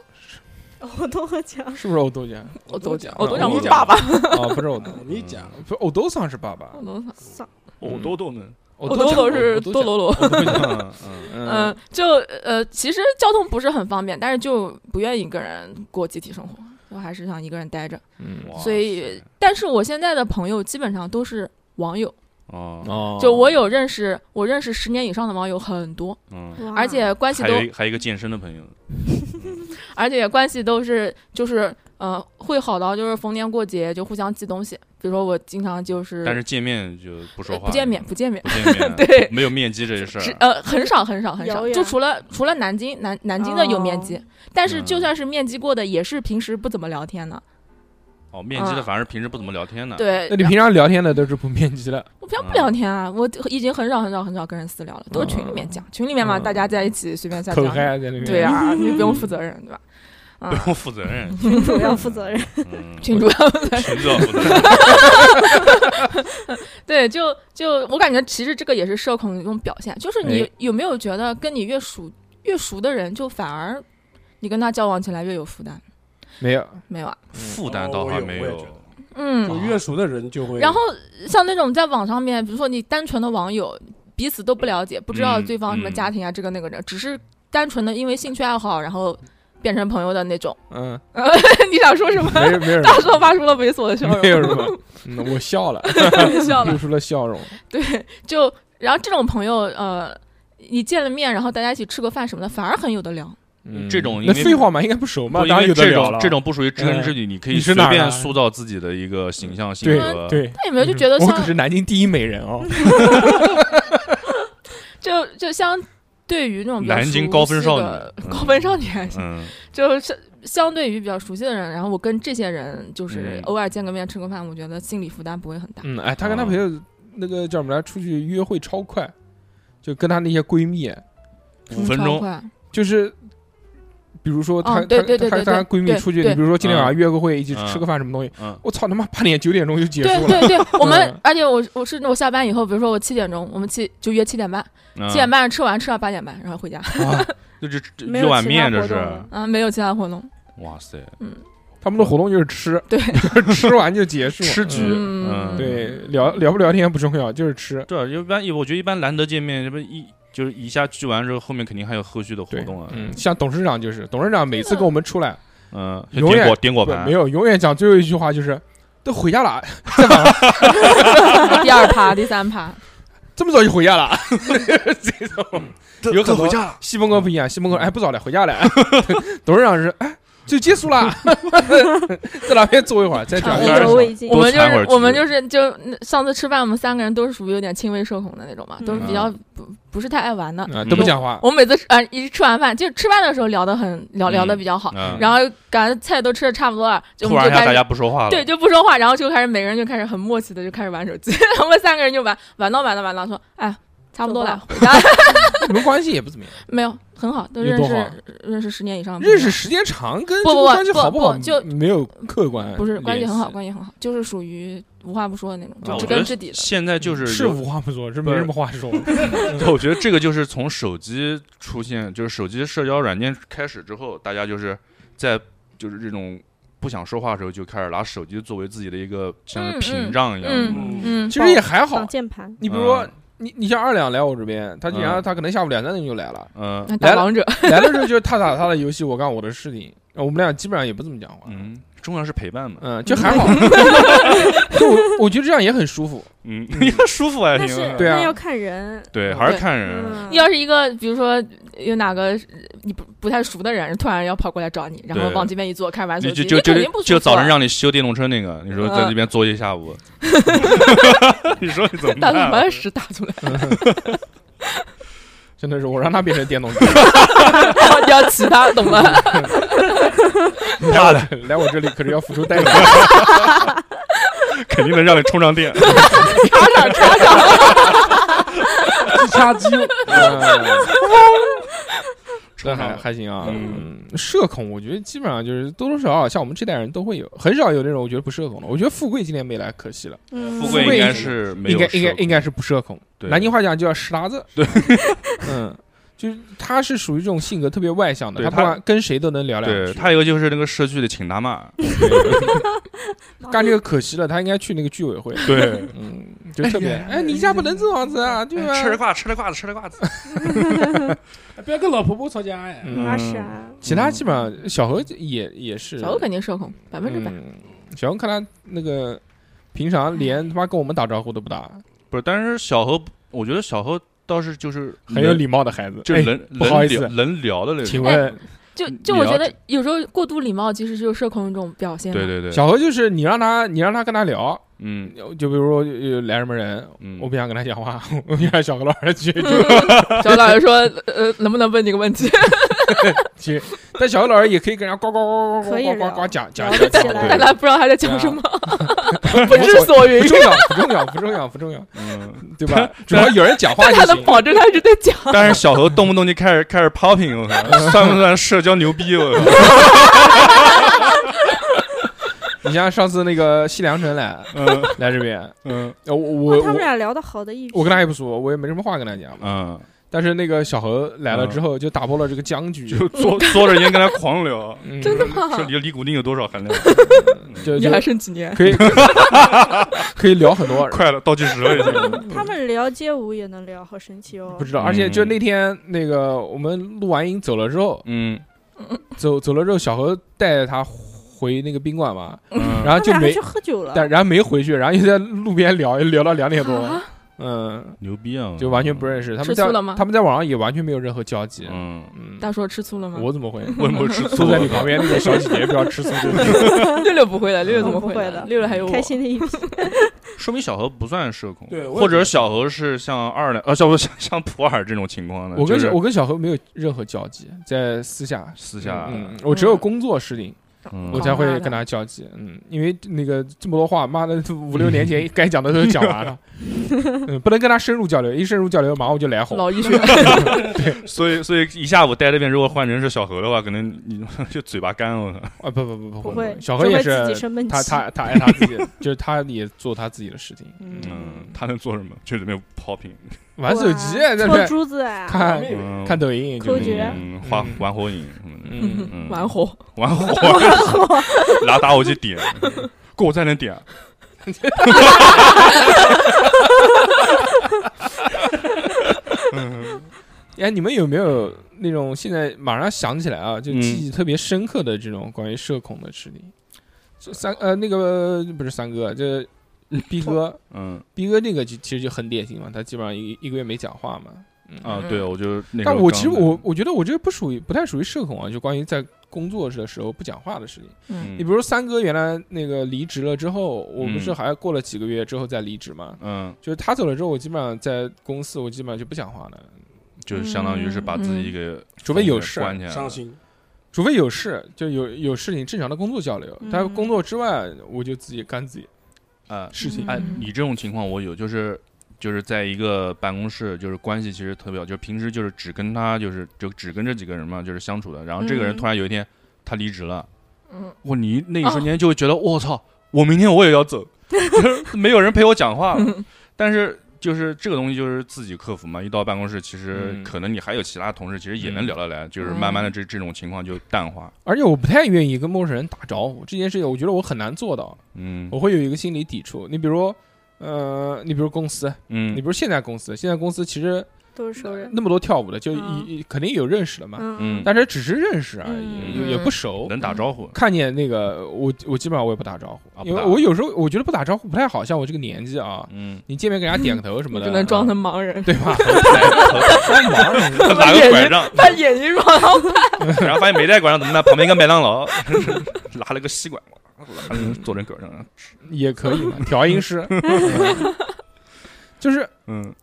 我都会讲，是不是我都 讲？我都讲，我我都都讲讲我我都爸爸，啊，不是我都，你讲，不是我都桑是爸爸，我都丧我哦多多呢，我我都都讲都是我多罗罗。讲我都讲嗯嗯嗯，就呃，其实交通不是很方便，但是就不愿意一个人过集体生活，我还是想一个人待着。嗯哇所以塞，但是我现在的朋友基本上都是网友，哦，哦就我有认识，我认识十年以上的网友很多，嗯，哇而且关系还都有一还有一个健身的朋友，而且关系都是就是呃会好到就是逢年过节就互相寄东西，比如说我经常就是但是见面就不说呃话，不见面不见面，不见面，啊 对没有面基这一事只儿，啊呃很少很少很少遥，远就除了除了南京南南京的有面基，但是嗯就啊算是面基过的，也是平时不怎么聊天的。哦，面基的嗯反而平时不怎么聊天呢，，对，那你平常聊天的都是不面基的，我平常不嗯聊天啊，我已经很少很少很少跟人私聊了，都是群里面讲，群里面嘛，嗯 大家在一起随便瞎口讲，嗨在那边。对，啊，你不用负责任，对吧？不啊，用负责 任，群主要 负责任，嗯，群主要群主要负责任，对，就就我感觉其实这个也是社恐的一种表现，就是哎你有没有觉得跟你越熟越熟的人，就反而你跟他交往起来越有负担？没有，没有啊，负担倒还没哦我也有我也觉得，就哦嗯，越熟的人就会，然后像那种在网上面，比如说你单纯的网友彼此都不了解，不知道嗯对方什么嗯家庭啊，这个那个的，只是单纯的因为兴趣爱好，然后变成朋友的那种。 嗯，你想说什么？ 没人没人大硕发出了猥琐的笑 没有容，什么， 嗯我笑了，笑露了。出了笑容。对，就然后这种朋友，呃，你见了面，然后大家一起吃个饭什么的，反而很有的聊。嗯这种因那为废话嘛，应该不熟嘛，不因当然为有的这聊种了。这种不属于知根知嗯底，你可以你是随哪儿便的塑造自己的一个形象性对格，对，嗯但有没有就觉得我像可是南京第一美人哦，就就相对于那种比较南京熟高分悉少的女嗯 高分少女还行，嗯，就是相对于比较熟悉的人，然后我跟这些人就是嗯偶尔见个面吃个饭，我觉得心理负担不会很大。嗯，哎，她哦跟她朋友那个叫什么来，出去约会超快，就跟她那些闺蜜，五分钟超快就是。比如说她，哦对她对对她对她对闺蜜对出去，对你比如说今天晚上约个会，一起嗯吃个饭什么东西，嗯，我操他妈八点九点钟就结对束了，对 对，我们嗯而且我我是我下班以后，比如说我七点钟，我们七就约七点半，嗯七点半吃完吃到八点半，然后回家。啊，就这这没一有碗其他面，这活是动了啊，没有其他活动。哇塞，他们的活动就是吃，对，吃完就结束，吃局，嗯嗯，对，聊聊不聊天不重要，就是吃。对，啊一般我觉得一般难得见面，这不一就是一下聚完之后，后面肯定还有后续的活对动啊，，嗯，像董事长就是，董事长每次跟我们出来，嗯，就永远点果点果不盘没，有，永远讲最后一句话就是，都回家了，第二趴、第三 趴，这么早就回家了，这种这有很多这回家了，西门哥不一嗯样，西门哥哎不早了，回家了。 董事长是哎就结束了， 在哪边坐一会儿，再转啊个弯我意儿犹未尽我。们就掺会儿是局我们就是就上次吃饭，我们三个人都是属于有点轻微社恐的那种嗯嘛，都是比较不不是太爱玩的。啊都不讲话，我们每次吃啊、一吃完饭，就吃饭的时候聊得很嗯聊聊得比较好，嗯，然后感觉菜都吃的差不多了，就我突们然就一下开大始家不说话了，对就不说话，然后就开始每个人就开始很默契的就开始玩手机， 我们三个人就玩玩到玩到玩到说，哎，差不多了，回家了 嗯你们关系也不怎么样，没有很好，都有认多好识认识十年以上的朋友，认识时间长跟啊不这个关系不不好不好不就没有客观，不是关系很联好，系关系很好，就是属于无话不说的那种，啊就我知觉得根知底的。现在就是是有无话不说，是不没是什么话 说。我觉得这个就是从手机出现，就是手机社交软件开始之后，大家就是在就是这种不想说话的时候，就开始拿手机作为自己的一个像是嗯屏障一样。嗯嗯，嗯，其实也还好挡，键盘，你比如说嗯，你你像二两来我这边，他然后嗯他可能下午两三点就来了，嗯那来打了王者，来的时候就是他打他的游戏，我干我的事情，呃我们俩基本上也不怎么讲话，嗯，重要是陪伴嘛。嗯，就还 好。 就我我觉得这样也很舒服。 嗯，舒服啊，但听是着对啊那要看人，对，还是对看人。啊嗯，要是一个，比如说有哪个你不不太熟的人，突然要跑过来找你，然后对往这边一坐，开始嗯玩手就机，就就你肯定不就舒服就啊嗯早晨让你修电动车那个，你说在这边坐一下 午，你说你怎嗯么打算办？啊把屎打出来，真的是我让它变成电动 车，然后你 要骑它，懂吗？来我这来我这里可是要付出代 价。肯定能让你充上电。嗯自掐机， 那还嗯还行啊，嗯嗯，社恐我觉得基本上就是多多少少，像我们这代人都会有，很少有那种我觉得不社恐的。我觉得富贵今天没来，可惜了，嗯富贵应该是没应有该社应恐，该应该是不社恐。对南京话讲就叫石达子。对，嗯，就是他是属于这种性格特别外向的，对他不他管跟谁都能聊两对句。他有一个就是那个社区的请大妈，干这个可惜了，他应该去那个居委 会。对，嗯，就特别哎，你家不能这样子啊，对哎吧？吃了瓜子吃了瓜子吃了瓜子，不要跟老婆婆吵架哎。嗯那是啊，其他基本上小何也也是小欧肯定社恐，百分之百。嗯、小红看他那个平常连他妈跟我们打招呼都不打，不是，但是小何，我觉得小何倒是就是很有能，礼貌的孩子。就哎是能不好能意思聊能聊的那请种。问就就我觉了得有时候过度礼貌其实就是社恐一种表现嘛。对对对，小何就是你让他，你让他跟他聊，嗯就比如说呃来什么人，嗯，我不想跟他讲话， 我就让小何老师去就小欧老师说，呃，能不能问你个问题？ 去，但小何老师也可以跟人家呱呱呱呱呱可以呱呱呱聊讲讲聊讲得讲起来对但他不知道他在讲什 么，不不知所云。重要，不重要，不重要， 不重要，嗯，对吧？主要有人讲话但他就能行。保证他是在讲， 但是小何动不动就开始开始 popping，我靠， 算不算社交牛逼？我靠，你像上次那个西凉城来嗯来这边，嗯呃我我哇哦他们我俩聊的好的一批，我跟他也不熟，我也没什么话跟他讲。嗯，但是那个小何来了之后，就打破了这个僵局，就嘬嘬着烟跟他狂聊，嗯真的吗？说尼尼古丁有多少含量？就你就还剩几年？可以 可以聊很 多，快了，倒计时了已经。他们聊街舞也能聊，好神奇哦不。知道。嗯而且就那天那个我们录完音走了之后， 嗯，走走了之后，小何带着他回那个宾馆嘛，嗯然后他就们俩还没去，喝酒了，但然后没回去，然后又在路边聊，聊到两点多，嗯，牛逼啊！就完全不认识。他们啊吃在醋了吗他们在网上也完全没有任何交集，嗯，嗯，大硕吃醋了吗？我怎么会？为什么吃醋？坐在你旁边那个小姐 姐不要吃醋，真的六六不会的，六六怎么我不会的？的六六还有我开心的一批。说明小何不算社恐，对我也或者小何是像爱尔兰，呃，像不像像普洱这种情况的，我跟嗯就是小我跟小何没有任何交集，在私下。私下，嗯，我只有工作事情，嗯我才会跟他交集。嗯，因为那个这么多话，妈的，五六年 前该讲的都讲完了， 嗯，不能跟他深入交流，一深入交流，马上我就来红。老医学，所以所以一下午待这边，如果换成是小何的话，可能你就 嘴巴干了。啊，不不不不不会，小只何会也自己是，生闷气。他他他爱他自己，就是他也做他自己的事情，嗯，他能做什么？就里面 popping，玩手机，啊哇对不搓对？珠子啊，看嗯看抖音，抠就是脚嗯，花嗯玩火影什么的，嗯，嗯，玩火，玩火，拿打火机点，过我再能点，哎，你们有没有那种现在马上想起来啊，就嗯记忆特别深刻的这种关于社恐的事情？这三呃，那个不是三哥， 这逼哥。嗯逼哥那个就其实就很典型嘛，他基本上一一个月没讲话嘛。啊，对，我就那时但候我刚其实我我觉得我这个不属于不太属于社恐啊，就关于在工作的时候不讲话的事情。嗯你比如三哥原来那个离职了之后，我不是嗯还过了几个月之后再离职嘛？嗯，就是他走了之后，我基本上在公司我基本上就不讲话了，就相当于是把自己嗯给除非有事儿，关起来了，伤心，除非有事就有有事情正常的工作交流。嗯但工作之外，我就自己干自己啊，事情。嗯哎，你这种情况我有，就是就是在一个办公室，就是关系其实特别好，就是平时就是只跟他就是就只跟这几个人嘛，就是相处的。然后这个人嗯突然有一天他离职了，嗯，哇，你那一瞬间就会觉得我操，我明天我也要 走，就是没有人陪我讲话嗯了。 但是就是这个东西就是自己克服嘛，一到办公室其实嗯可能你还有其他同事，其实也嗯能聊得来，就是慢嗯慢的这这种情况就淡化。而且我不太愿意跟陌生人打招呼这件事情，我觉得我很难做到。嗯我会有一个心理抵触。你比如，呃，你比如公司，你嗯比如现在公司，现在公司其实都是熟人。那么多跳舞的，就嗯一一肯定有认识的嘛，嗯嗯，但是只是认识而嗯已，也也不熟。能打招呼，看见那个我，我基本上我也不打招啊呼，不因为打我有时候我觉得不打招呼不太好，像我这个年纪啊，嗯，你见面给人家点个头 什么的，只能装成盲 人，对吧？忙，拿个拐杖，把眼睛装上，然后发现没带拐杖怎么办？旁边一个麦当劳，拿了个吸管，拿了个做成拐杖，也可以嘛， 调音师，就是嗯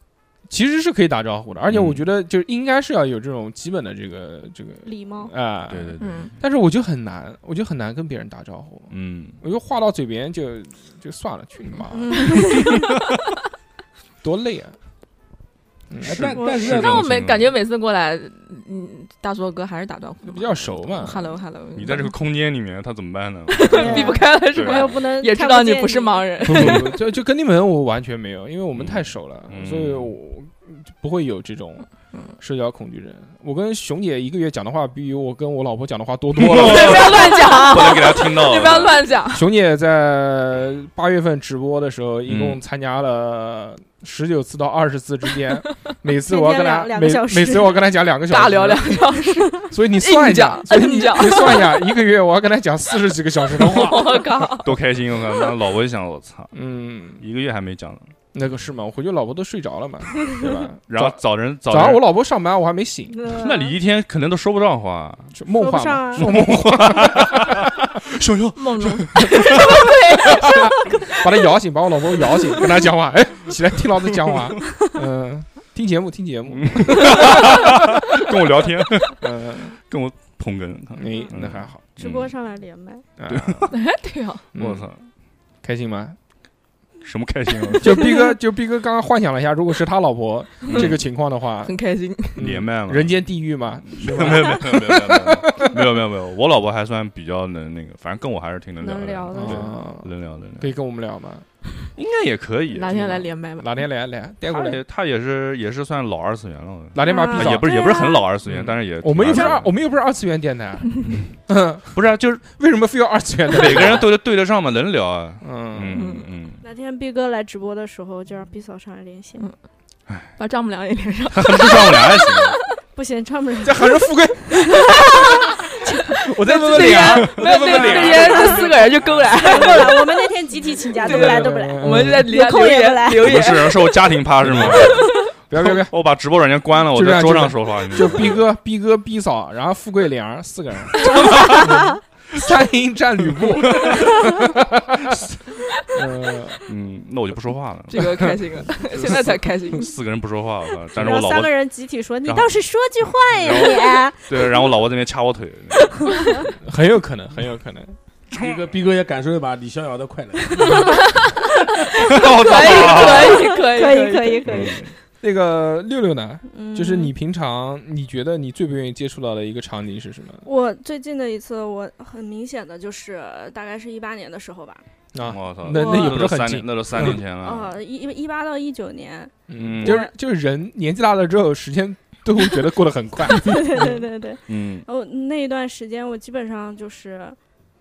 其实是可以打招呼的，而且嗯我觉得就应该是要有这种基本的这个这个礼貌，啊、哦对对对，嗯，但是我就很难，我就很难跟别人打招呼，嗯，我就话到嘴边就就算了，去你妈，嗯， 多累啊！嗯，哎是但我但是是的但我每感觉每次过来，嗯，大叔哥还是打招呼那比较熟嘛， ，hello hello，你在 这个空间里面，他怎么办呢？避不开了是我吧？又不能也知道你不是盲人，不不 不，就就跟你们我完全没有，因为我们太熟了，嗯所以我不会有这种嗯社交恐惧症。我跟熊姐一个月讲的话，比我跟我老婆讲的话多 多哦了。不要乱不讲，啊能给他听到， 你不要，乱讲，熊姐在八月份直播的时候，一共嗯参加了十九次到二十次之 间，每次每我要天跟她两两每个小时每次我要跟她讲两个小时，尬聊两个小时，所以你算一下硬，讲所以你硬讲你算一下，一个月我要跟她讲四十几个小时的话。我靠，多开心！我靠，那老婆一想，我操，嗯，一个月还没讲呢。那个是吗？我回去老婆都睡着了嘛，对 吧？然后早晨早早早上晨我，老婆上班，我还没醒，嗯那你一天可能都说不上话，就梦说不话上嘛，啊说梦话，熊熊 梦 中把她摇醒，把我老婆摇醒，跟她讲话，哎，起来听老子讲话，嗯，听节目，听节目，跟我聊天，嗯，跟我捧哏，哎，那还好，直嗯播上来连麦，啊对，哎，对哦，嗯我，操，开心吗？什么开心啊！就逼哥，就逼哥刚刚幻想了一下，如果是他老婆这个情况的话， 很开心，嗯连麦嘛，人间地狱嘛， 没有没有没有没有没有没有没有没有没有，我老婆还算比较能那个，反正跟我还是挺能能聊聊的的，啊，对能聊能可聊，以跟我们聊吗？应该也可以。哪天来连麦吧，哪天来来带过他来也，他也是也是算老二次元了，我哪天把啊逼啊找也不是也不是很老二次元嗯，但是也我们又不挺是二二，次我元们又不是二次元电台，不是啊，就是为什么非要二次元的？每个人都得对得上嘛，能聊啊，嗯，嗯 嗯， 哪天毕哥来直播的时候，就让毕嫂上来连线嗯。把丈母娘也连上，他不上我俩还行，不行，唱不了。在喊着富贵，我在问问那你 啊，人，那那那啊人这四个人就够了，我们那天集体请假，都对不来，都不嗯来。我们就在留有空也不来言留不言，是是我家庭趴是吗？不要不要不要，我把直播软件关了，我就这在样桌上说话，就逼哥、逼哥、逼嫂，然后富贵脸儿四个 人，三英战吕布， 呃，嗯，那我就不说话了。这个 开心了，现在才开心，嗯四个人不说话，我靠！但是我然老后三个婆人集体说：“你然后倒是说句话呀，对，然后我老婆在那边掐我腿，很有可能，很有可能。逼哥逼哥也感受一把李逍遥的快乐。 我可操！以可以你！”可以可以，可可以，以，可以。那个六六呢？嗯就是你平常你觉得你最不愿意接触到的一个场景是什么我最近的一次，我很明显的就是大概是一八年的时候吧，啊？我操！那那也不都是很三近年，嗯那都三年前了。呃，一一八到一九年，嗯就是就是人年纪大了之后，时间都会觉得过得很快。对对对对对。嗯然后那一段时间，我基本上就是，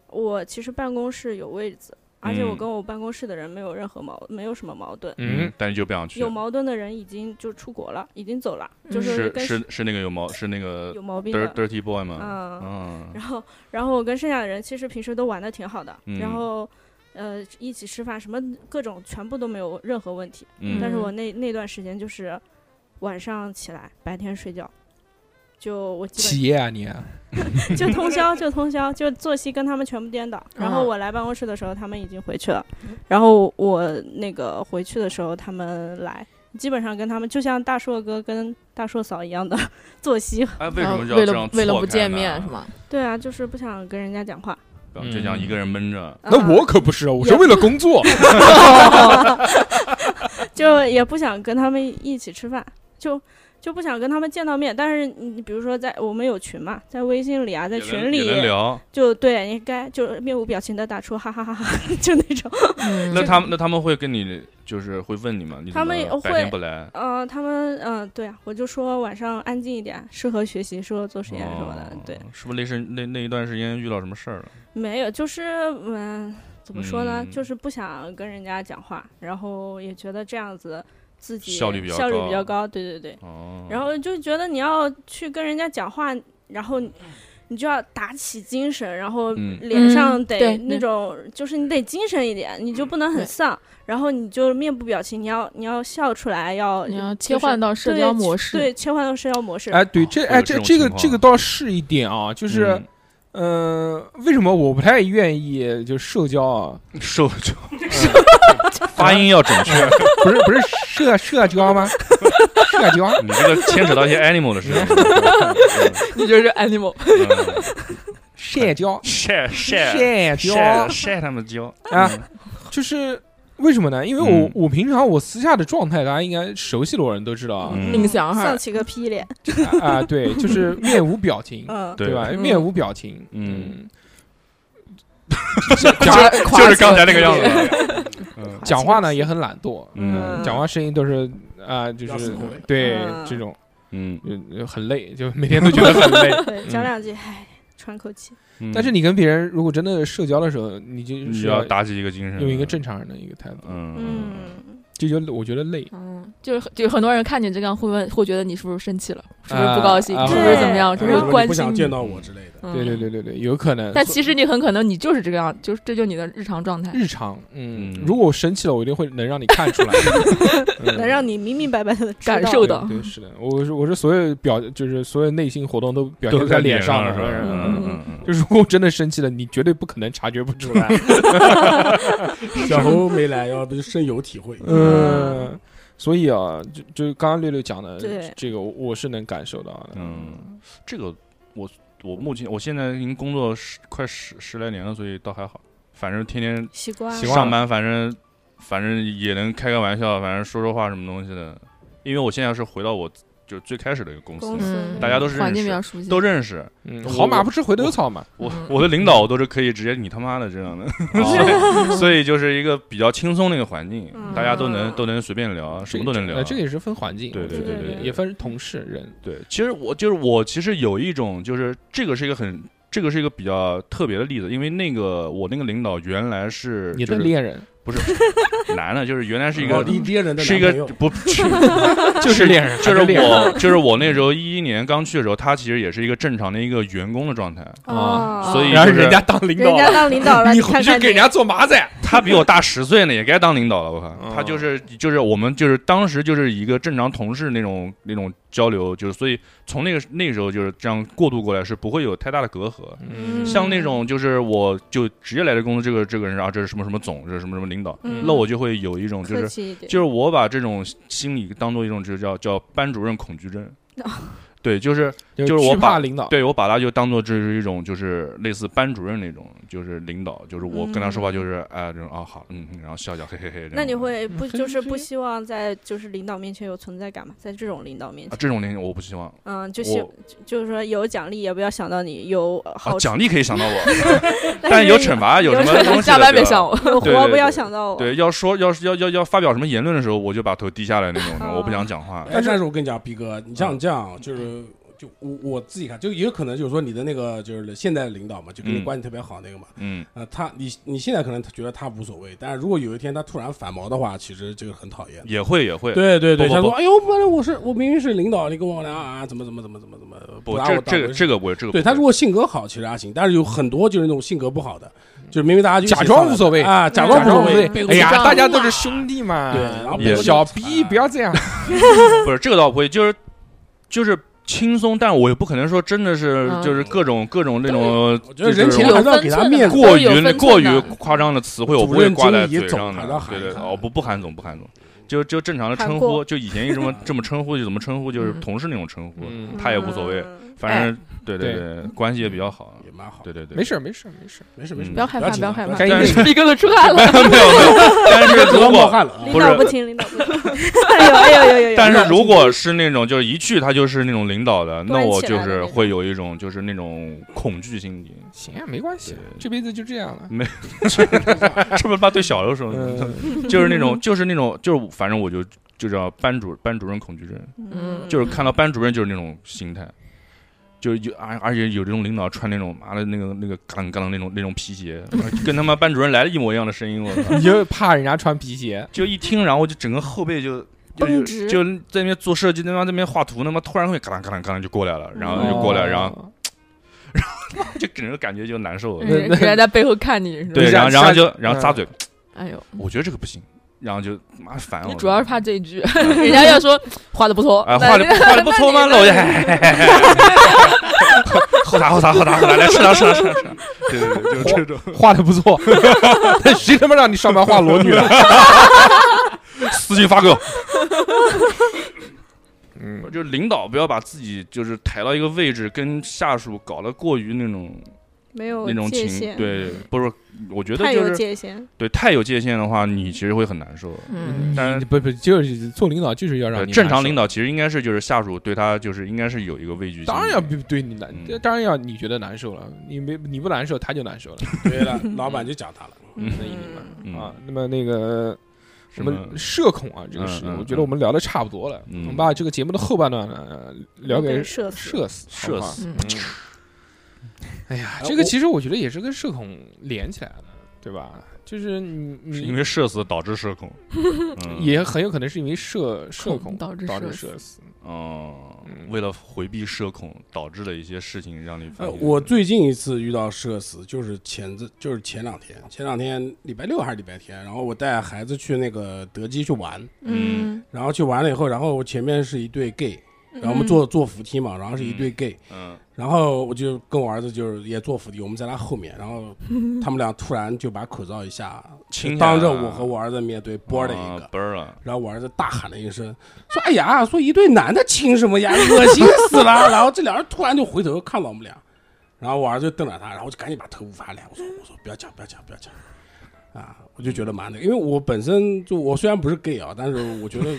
我其实办公室有位置，而且我嗯跟我办公室的人没有任何矛，没有什么矛盾。 嗯，但是就不想去有。矛盾的人已经就出国了，已经走了，嗯就是跟是是那个有毛是那个有毛病 dirty 的。 dirty boy 吗？嗯，嗯然后然后我跟剩下的人其实平时都玩的挺好的，嗯然后呃一起吃饭什么各种全部都没有任何问题。但嗯是我那那段时间就是晚上起来，白天睡觉，就我基企业啊你啊， 本就通宵就通宵，就作息跟他们全部颠倒。然后嗯我来办公室的时候，他们已经回去了，然后我那个回去的时候，他们来。基本上跟他们就像大硕哥跟大硕嫂一样的 作息，哎，为什然后么就为要这样了为了错不开见呢面 是？吗？对啊，就是不想跟人家讲话。不要就想一个人闷着。那啊我可不是，我是为了工作。就也不想跟他们一起吃饭，就就不想跟他们见到面。但是你比如说在我们有群嘛，在微信里啊，在也能群也能里聊，就对，应该就是面无表情的打出哈哈哈 哈，就那种。那嗯，他们那他们会跟你就是会问你吗？你怎他们么白会天不来，呃，他们嗯、呃对啊，我就说晚上安静一点，适合学习，适合做实验什么的。哦对，，是不是那是那那一段时间遇到什么事儿了？没有，就是嗯、怎么说呢，嗯就是不想跟人家讲话，然后也觉得这样子。自己效率比较效率高比较高，对对对。哦，然后就觉得你要去跟人家讲话，然后你你就要打起精神，然后嗯脸上嗯得对那种，就是你得精神一点，你嗯就不能很对丧，然后你就面部表情，你要你要笑出来，要你要就是嗯切换到社对交切模式，对，切换到社交模式。哎，对，哦这会有哎这这这种个情况这个倒是一点啊，就是嗯嗯、呃为什么我不太愿意就社交啊？ 受嗯就发音要准确，不是不是社 社交吗？社交，你这个牵扯到一些 animal 的事 情。嗯 你就是 animal。社交，晒晒社晒交晒他们胶啊，就是为什么呢？因为我、嗯我平常我私下的状态，大家应该熟悉我人都知道啊、嗯命相哈丧，起个屁脸，啊，对，就是面无表情，嗯，对吧？对，嗯面无表情，嗯嗯， 夸就是刚才那个样子。嗯讲话呢也很懒惰，嗯讲话声音都是啊、就要是死活的对嗯。这种。嗯呃，很累，就每天都觉得很累对，讲两句，唉，喘口气。 嗯， 但是你跟别人如果真的社交的时候，你就你是要打起一个精神，用一个正常人的一个态度，嗯，嗯，这就我觉得累。嗯，就是就很多人看你这样会问，会觉得你是不是生气了，是不是啊不高兴，啊是不是怎么啊样，是为什不是么你关不想心见你？到我之类的？对对嗯。对对对，有可能。但所其实你很可能你就是这个样，就是这就是你的日常状态。日常，嗯嗯，如果我生气了，我一定会能让你看 出来，嗯能让你明明白白的感受到对对是的，我是我是所有表就是所有内心活动都表都现在脸上了是吧？嗯嗯嗯嗯，就是如果我真的生气了，你绝对不可能察觉不出 来。小猴没来，要不就深有体会。嗯，所以啊，就就刚刚六六讲的对这个，我我是能感受到的。嗯，这个我我目前我现在已经工作十快十十来年了，所以倒还好，反正天天习惯了习惯了上班，反正反正也能开个玩笑，反正说说话什么东西的。因为我现在是回到我就是最开始的一个公司公，司嗯，大家都是环认境比识较熟悉，都认识。嗯，我好马不吃回头草嘛。我嗯我的领导我都是可以直接你他妈的这样的， 嗯 哦所以就是一个比较轻松的一个环境，嗯大家都能都能随便聊，啊什么都能聊呃。这个也是分环境，对我觉对得对对也分同事人。对，其实我就是我，其实有一种就是这个是一个很这个是一个比较特别的例子，因为那个我那个领导原来是你就的哦是恋人不是男的，就是原来是一我个嗯的爹人的是一男个朋友不 就是恋人，就是还恋人我就是我那时候一一年刚去的时候，他其实也是一个正常的一个员工的状态，啊哦所以然后就是人家当领人导家了，当 领导了，你回看去看给人家做马仔。他比我大十岁呢，也该当领导了。我靠，他就是就是我们就是当时就是一个正常同事那种那种交流，就是所以从那个那个时候就是这样过渡过来，是不会有太大的隔阂。嗯像那种就是我就直接来这公司，这个这个人啊，这是什么什么总，这是什么什么领导，嗯那我就会有一种就客是气一点，就是我把这种心理当做一种就叫叫班主任恐惧症，对，就是就就是我惧把怕领导，对我把他就当做这是一种就是类似班主任那种，就是领导，就是我跟他说话就是哎这种啊好嗯，嗯然后笑笑嘿嘿嘿，这那样你会不嗯就是不嘿嘿希望在就是领导面前有存在感吗？在这种领导面啊前，这种领我不希望嗯，就希啊我就是说有奖励也不要想到你有呃啊好处，奖励可以想到我，但有惩罚有什么东西下的班对别吧想我，有对对活不对要想到我，对要说要要要要发表什么言论的时候，我就把头低下来那种的，哦我不想讲话。 但但是我跟你讲，逼哥，你像你这样，就是就我我自己看，就也有可能就是说你的那个就是现在的领导嘛，就跟你嗯关系特别好那个嘛，嗯，呃，他你你现在可能觉得他无所谓，但是如果有一天他突然反毛的话，其实这个很讨厌。也会也会。对对对，不想不说，哎呦，妈的，我是我明明是领导，你跟我俩啊，怎么怎么怎么怎么怎么，不，拿这我当这个回事这个不会，这个对不会他如果性格好，其实还行，但是有很多就是那种性格不好的，就是明明大家就一起假装上来无所谓啊，假假装装无无所所谓，谓被哎呀，对大家都是兄弟嘛，啊对然后也被小逼不要这样，不是这个倒不会，就是就是轻松，但我也不可能说真的是嗯就是各种各种那种，我觉就得是人前有还是要分给他寸的面子，过都是有于分寸过于的夸张的词汇，我主不会任挂在经理嘴总上还要的。喊对对，一下哦不不喊总不喊总，就就正常的喊称过呼，就以前一直这么这么称呼，就怎么称呼，就是嗯同事那种称呼，嗯他也无所谓嗯，反正对对对对，关系也比较好，啊也蛮好，对对对，没事儿没事儿没事儿，没事没事，嗯不要害怕，紧不张要害不要。怕该但硬是 力哥都出汗了，没 有没 有，但是头如上冒果汗了啊，领不导是不听，领导不听，哎呦哎呦呦呦呦，但是如果是那种就是一去他就是那种领导的，那端我起就来的是那会有一种就是那种恐惧心 理。行，啊没关系对，这辈子就这样了。这不他妈对小的时候，嗯，就是那种就是那种就是反正我就就叫班主班主任恐惧症，嗯就是看到班主任就是那种心态。就是有，而而且有这种领导穿那种妈的那个那个嘎啷嘎啷那种那种皮鞋， 跟他妈班主任来的一模一样的声音，我操！ 你就怕人家穿皮鞋，就一听，然后就整个后背就就绷直就在那边做设计，那帮在那边画图，那么突然会咔啦咔啦咔啦就过来了，然后啊就过来，然哦后后就给人感觉就难受了。那人家在背后看你是吧？对，下然后然后下就然后咂嘴，哎呦，我觉得这个不行，然后就妈烦我你了。主要是怕 这一句，人家要说画的不错，哎，画的画的不错吗，老爷？后打后打后打后打，来吃糖吃糖吃糖吃糖。对对对，就是这 种画的不错，谁他妈让你上班画裸女了？私信发给我。嗯，就是领导不要把自己就是抬到一个位置，跟下属搞得过于那种没有那种哦界情，限，嗯对，不是，我觉得太就有是界限。对太有界限的话，你其实会很难受。嗯， 但是不不，就是做领导就是要呃让你正常领导导其实应该是就是下属对他就是应该是有一个畏惧心理，当然要对对你难嗯，这当然要你觉得难受了，你没你不难受，他就难受了，对了，老板就讲他了，嗯那一定嘛嗯啊。那么那个什我么们社恐啊，这个嗯事嗯情，我觉得我们聊的差不多了，嗯我们把这个节目的后半段呢聊给社死社死社死。好嗯不好哎呀，哎这个我其实我觉得也是跟社恐连起来的，对吧？就是你是你因为社死导致社 恐，嗯也很有可能是因为社社恐导致导致社社死。哦嗯，为了回避社恐，导致了一些事情让你发呃，现。我最近一次遇到社死就是前这就是前两天，前两天礼拜六还是礼拜天，然后我带孩子去那个德基去玩，嗯然后去玩了以后，然后我前面是一对 gay，然后我们坐坐扶梯嘛，然后是一对 gay，嗯然后我就跟我儿子就是也坐扶梯，我们在他后面，然后他们俩突然就把口罩一下亲下来当了着我和我儿子面对啵的一个啊，啵儿了，然后我儿子大喊了一声，说：“哎呀，说一对男的亲什么呀，恶心死了！”然后这两人突然就回头看到我们俩，然后我儿子就瞪着他，然后我就赶紧把头捂发来，我说：“我说不要讲，不要讲，不要讲。”啊，我就觉得蛮那个，因为我本身就我虽然不是 gay 啊，但是我觉得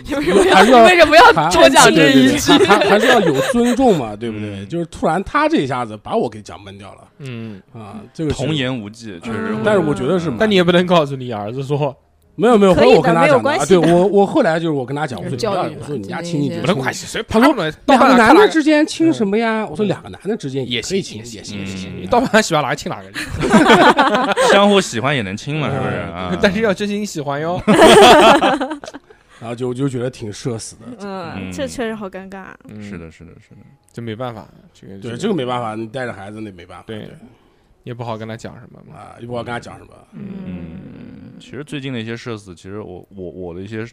还是要 为什么要还多讲这对对一对 句？还还还是要有尊重嘛，对不对？嗯就是突然他这一下子把我给讲闷掉了嗯，啊，这个是童，言无忌，确实会。嗯但是我觉得是蛮，但你也不能告诉你儿子说没有没有，后可来以我跟他的没有讲关啊，系对的我我后来就是我跟他讲，我说你不教要育啊我嘛说你家进亲行你一嗯就没些亲关系，谁他说到两半个拉男看哪的个之间亲什么呀？我说两个男的之间也可以亲，行也行也行行你也到半喜欢哪亲哪个， 相互喜欢也能亲嘛，是不是嗯 啊？但是要真心喜欢哟。然后就我就觉得挺社死的。嗯，这确实好尴尬。嗯是，的，是的，是的，这没办法，这个对，这个没办法，你带着孩子那没办法。对也不好跟他讲什么嘛。啊，又不知道跟他讲什么。嗯，其实最近的一些社死，其实我我我的一些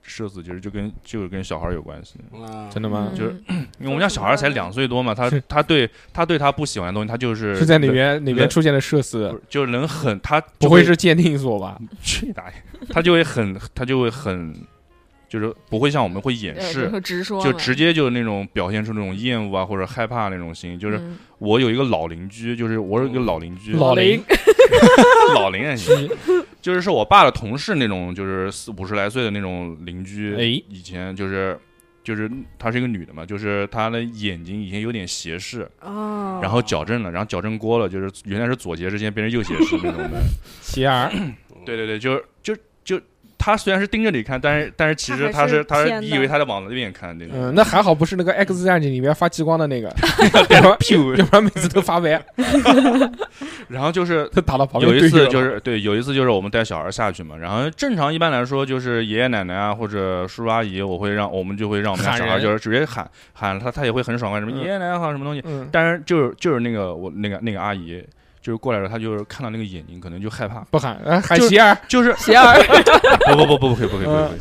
社死，其实就跟就是跟小孩儿有关系，啊，真的吗？嗯就是呃因为我们家小孩儿才两岁多嘛，他是他对他对他不喜欢的东西，他就是是在哪边哪边冷出现的社死不？是就是能很他不就会是鉴定所吧？去哪里， 他就会很他就会很就是不会像我们会掩饰，是直说嘛，就直接就是那种表现出那种厌恶啊或者害怕那种心。就是嗯我有一个老邻居，就是我有一个老邻居，老林， 老邻也行，就是是我爸的同事那种，就是四五十来岁的那种邻居。哎以前就是就是她是一个女的嘛，就是她的眼睛以前有点斜视，哦，然后矫正了，然后矫正过了，就是原来是左斜视，现在变成右斜视那种的。 喜儿，对对对，就是就就他虽然是盯着你看，但是但是其实他他还是是他是偏你的以为他在往那边看，对嗯，那还好不是那个 X 战警里面发激光的那个，要不然要不然每次都发白，然后就是他打到旁边有一队友次了就是对，有一次就是我们带小孩下去嘛，然后正常一般来说就是爷爷奶奶啊或者叔叔阿姨，我会让我们就会让我们家喊小孩人就是直接喊喊他，他也会很爽快，什么嗯爷爷奶奶好什么东西。嗯，但是就是就是那个我那个那个阿姨，就是过来了，她就是看到那个眼睛，可能就害怕，不喊，哎喊就是喜儿， 就是邪儿，不不不不不可以不可以嗯不可以不可以，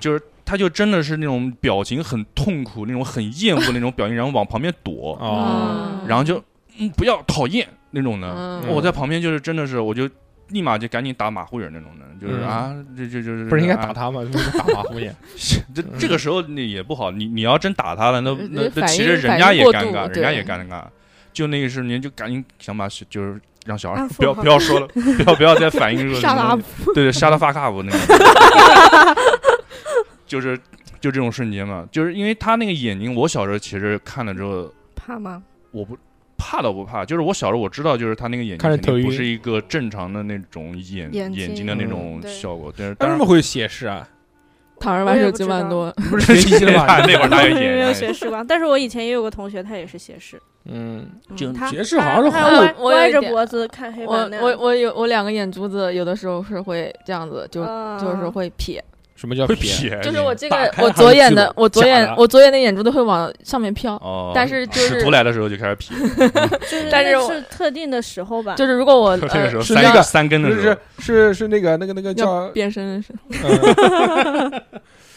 就是她就真的是那种表情很痛苦，那种很厌恶那种表情，然后往旁边躲，哦，嗯然后就嗯不要讨厌那种的。嗯哦我在旁边就是真的是，我就立马就赶紧打马虎眼那种的，就是嗯啊，这这就是不是应该打他？他吗？就是打马虎眼，这这个时候你也不好，你你要真打他了，那那呃那反应其实人家反应也过尴度尬，人对家也尴尬。就那个瞬间，就赶紧想把小就是让小孩安抚不要好不要说了，不要不要再反应说什上么拉东西，对对，杀他 fuck up 那种，就是就这种瞬间嘛，就是因为他那个眼睛，我小时候其实看了之后，怕吗？我不怕倒不怕，就是我小时候我知道，就是他那个眼睛看着肯定头不晕是一个正常的那种眼眼睛睛的那嗯种对效果，但是他当为什然么会斜视啊？躺着玩手机玩多，哎不是学习了吧？ 那会儿哪 有没有眼睛学啊？士光，但是我以前也有个同学，他也是斜视，嗯，嗯就他斜视好像是他好像歪我有歪一着点脖子看黑我板那样我我有我两个眼珠子有的时候是会这样子，就啊就是会撇，什么叫会撇？撇你，就是我这打个开我还左是眼自的我，我左假眼的我左眼的眼珠都会往上面飘。 哦，但是就使是徒来的时候就开始撇，就是但那是个我是特定的时候吧，就是如果 我那个时呃候是三那个三根就的时是候，是是那个那个那个要叫变身的时候，呃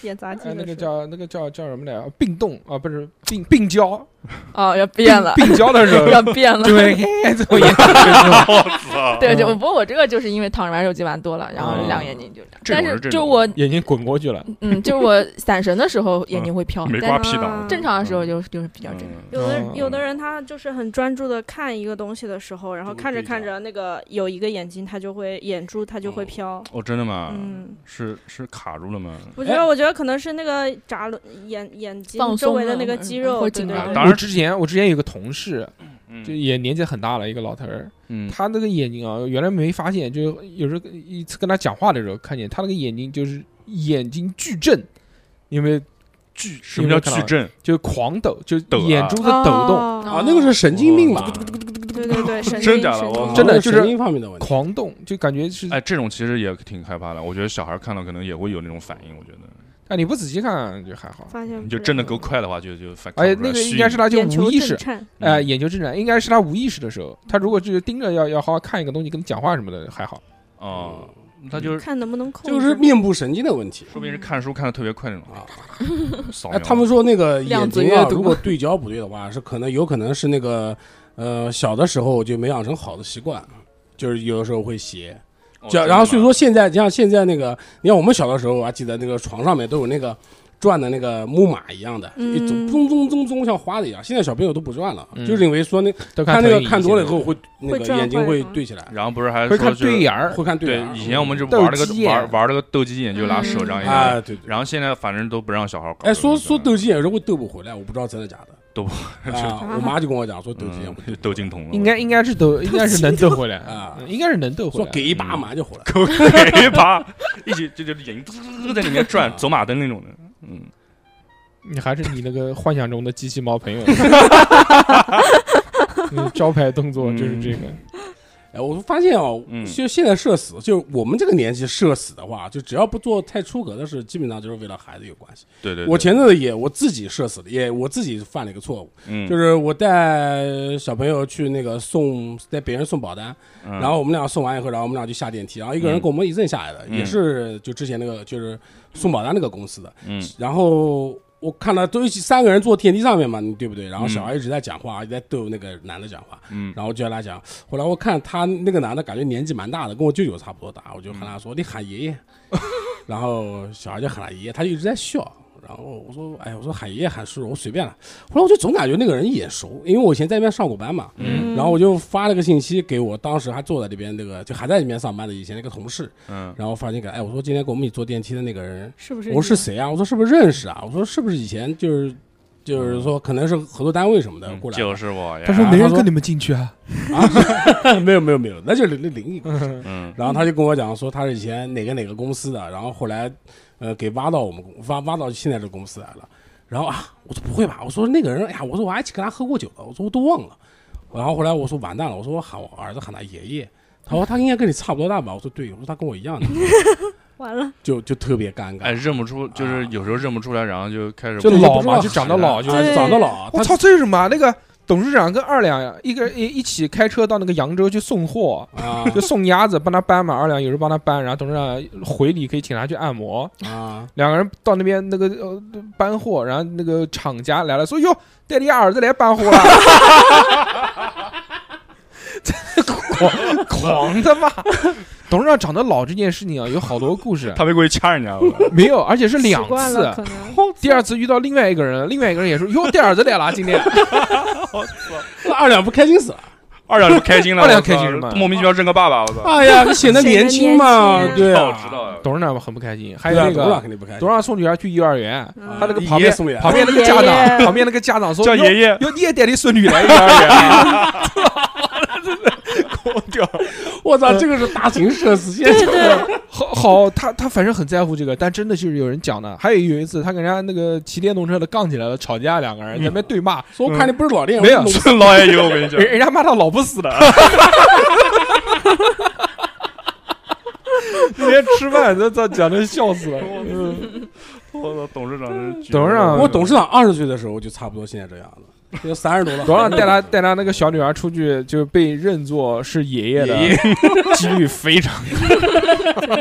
演杂技哎，那的个时候。叫那个叫叫什么来着？病动啊，不是病病娇，哦，要变了，病病娇的 时候要变了。就会嘿这么演，就是我操，对，就嗯不过我这个就是因为躺着玩手机玩多了，然后哦两个眼睛就这样。哦这但种是是这就种我 眼睛滚过去了。嗯，就是我 散神的时候眼睛会飘，嗯没嗯但挂是屁嗯档啊，正常的时候就是就是比较正常。有的人哦有的人他就是很专注的看一个东西的时候，然后就会看着对看焦着那个有一个眼睛，他就会眼珠他就会嗯飘。哦，真的吗？嗯，是是卡住了吗？我觉得我觉得可能是那个眨轮眼眼睛放周松围的了那个嗯肌嗯肉，会对紧对张对，当我然之前我之前有个同事，就嗯也年纪很大了，一个老头儿，嗯，他那个眼睛啊，原来没发现，就有时候跟一次跟他讲话的时候，看见他那个眼睛就是眼睛巨震，你有没有？矩什么叫矩阵？就狂抖，就抖啊眼珠子抖动，哦啊，那个是神经病哦吧？对对对，神真经假的神我经哦真的啊就是神经方面的问题。狂动，就感觉是。哎，这种其实也挺害怕的。我觉得小孩看到可能也会有那种反应。我觉得哎，你不仔细看就还好。发现你不就了震的够快的话，就就反。而且看不出哎那来个虚嗯应该是拟他就眼球无意识震，颤，哎，眼球震颤，应该是他无意识的时候。他如果就是盯着要要好好看一个东西，跟你讲话什么的还好。哦，他就是看能不能控制。就是面部神经的问题说不定是看书看的特别快那种啊。扫哎，描。他们说那个眼量子睛啊阅，读如果对焦不对的话，是可能有可能是那个呃小的时候就没养成好的习惯，就是有的时候会斜。哦就然后所以说，现在，像现在那个，你看我们小的时候，我还记得那个床上面都有那个转的那个木马一样的，嗯一种咚咚咚咚像花的一样。现在小朋友都不转了，嗯就是因为说那都看那投个影看多了以后现会那会个转眼睛会会吗对起来，然后不是在还会说看就是对眼儿，会看对眼。以前我们就斗玩那鸡个眼玩玩那个斗鸡眼，就拿手这样一嗯拿。啊，对对。然后现在反正都不让小孩搞。哎，说说 斗鸡鸡眼是会斗不回来，我不知道真的假的。 斗不回来啊！我妈就跟我讲说斗鸡眼会嗯斗斗金童了，应该应该是斗，应该是能斗回来啊嗯应该是能斗不回回来，来说。给一巴嗯马就回来。狗给一把，一起就就眼睛嘟嘟嘟嘟在里面转，啊走马灯那种的。嗯，你还是你那 个幻想中的机器猫 朋友，嗯招牌动作就是这个。哎，我发现哦嗯，就现在社死，就我们这个年纪社死的话，就只要不做太出格的事，基本上就是为了孩子有关系。对对。对我前阵子也我自己社死了，也我自己犯了一个错误，嗯就是我带小朋友去那个送带别人送保单，然然后我们俩送完以后，然后我们俩就下电梯，然后一个人嗯跟我们一阵下来的，嗯也是就之前那个就是送保单那个公司的，嗯然后我看到都一起三个人坐电梯上面嘛，你对不对？然后嗯小孩一直在讲话，一直在逗那个男的讲话，嗯然后就跟他讲，后来我看他那个男的感觉年纪蛮大的，跟我舅舅差不多大，我就喊他说：“你喊爷 爷。”然后小孩就喊他爷爷，他就一直在笑。然后我说：“哎，我说喊爷爷喊叔叔，我随便了。”后来我就总感觉那个人眼熟，因为我以前在那边上过班嘛。嗯然后我就发了个信息给我当时还坐在那边那个就还在里面上班的以前那个同事，嗯然后发信息给他，哎，我说今天跟我们一起坐电梯的那个人，是不是我你？说是谁啊？我说是不是认识啊？我说是不是以前就是就是说可能是合作单位什么的嗯，过来的。就是我呀。他说没人跟你们进去啊，啊， 没有没有没有，那就是灵灵异。嗯然后他就跟我讲说他是以前哪个哪个公司的，然后后来呃给挖到我们公挖挖到现在这个公司来了。然后啊，我说不会吧？我说那个人，哎呀，我说我还一起跟他喝过酒了，我说我都忘了。然后后来我说完蛋了，我说我喊我儿子喊他爷爷，他说他应该跟你差不多大吧？我说对，我说他跟我一样的，完了，就就特别尴哎，尬，认不出，就是有时候认不出来，然后就开始就对老嘛，我不知道就长得老就啊。对长得老，我他操，这是什么啊？那个董事长跟二两一个一一起开车到那个扬州去送货，啊就送鸭子，帮他搬嘛。二两有时候帮他搬，然后董事长回礼可以请他去按摩。啊，两个人到那边那个呃搬货，然后那个厂家来了，说哟，带你儿子来搬货了。 狂狂的骂，董事长长得老这件事情啊，有好多故事。他没过去掐人家吧？没有，而且是习两惯次了，。可能第二次遇到另外一个人，另外一个人也说：“哟，带儿子来了，今天。那二两不开心死了。二两就开心了，二两我操开心什啊么莫名其妙认个爸爸，我操！哎呀，显得显得年轻嘛，年轻对啊，我知道，”董事长很不开心，还对有啊，那董事长个肯定不开心董事。长送女儿去幼儿园，嗯他那个旁爷边爷送给他旁边那个家爷长，爷旁边那个家长说：“叫哟爷爷， 哟，你也带你孙女来幼儿园啊空掉，我操，这个是大型社死，现 对对，？”好好，他他反正很在乎这个，但真的就是有人讲的。还有有一次，他跟人家那个骑电动车的杠起来了，吵架，两个人在那边对骂，说我看你不是老练，没有我弄死老爷有我跟你讲人，人家骂他老 不死的。那天吃饭饭，这这讲的笑死了。嗯我操，董事长真是董事长我董事长二十岁的时候就差不多现在这样了，就三十多了。董事长带他带他那个小女儿出去，就被认作是爷爷的 爷爷几率非常高。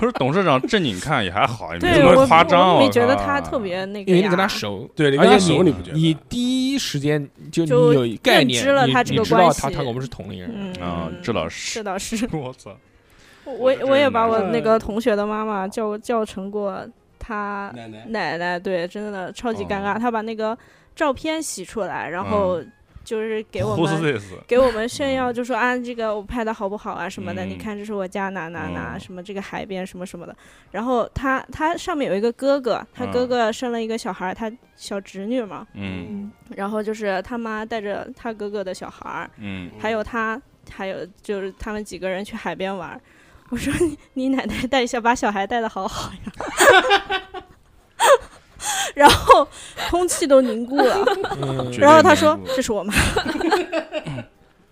不是董事长正经看也还好，也没对那我么夸张。我我没觉得靠他特别那个因为呀，你跟他熟，对，你而且跟他你啊熟，你不觉得？你第一时间就你就有一概念，认知了你他这你个知道关他系他跟我们是同龄人。嗯啊，这倒是这。倒是，我操，我这我也个把我男那个同学的妈妈叫叫成过她奶奶，奶奶，对，真的超级尴哦嗯尬，她把那个照片洗出来，然后就是 给我呼死们。这死，给我们炫耀，就说啊，这个我拍的好不好啊什么的，嗯你看这是我家哪哪哪，嗯什么这个海边什么什么的。然后他他上面有一个哥哥，他嗯哥哥生了一个小孩儿，他小侄女嘛，嗯然后就是他妈带着他哥哥的小孩儿，嗯，还有他，还有就是他们几个人去海边玩儿。我说你你奶奶带小把小孩带的好好呀， 然后空气都凝固了。嗯，绝对然后他说凝：“固这是我妈。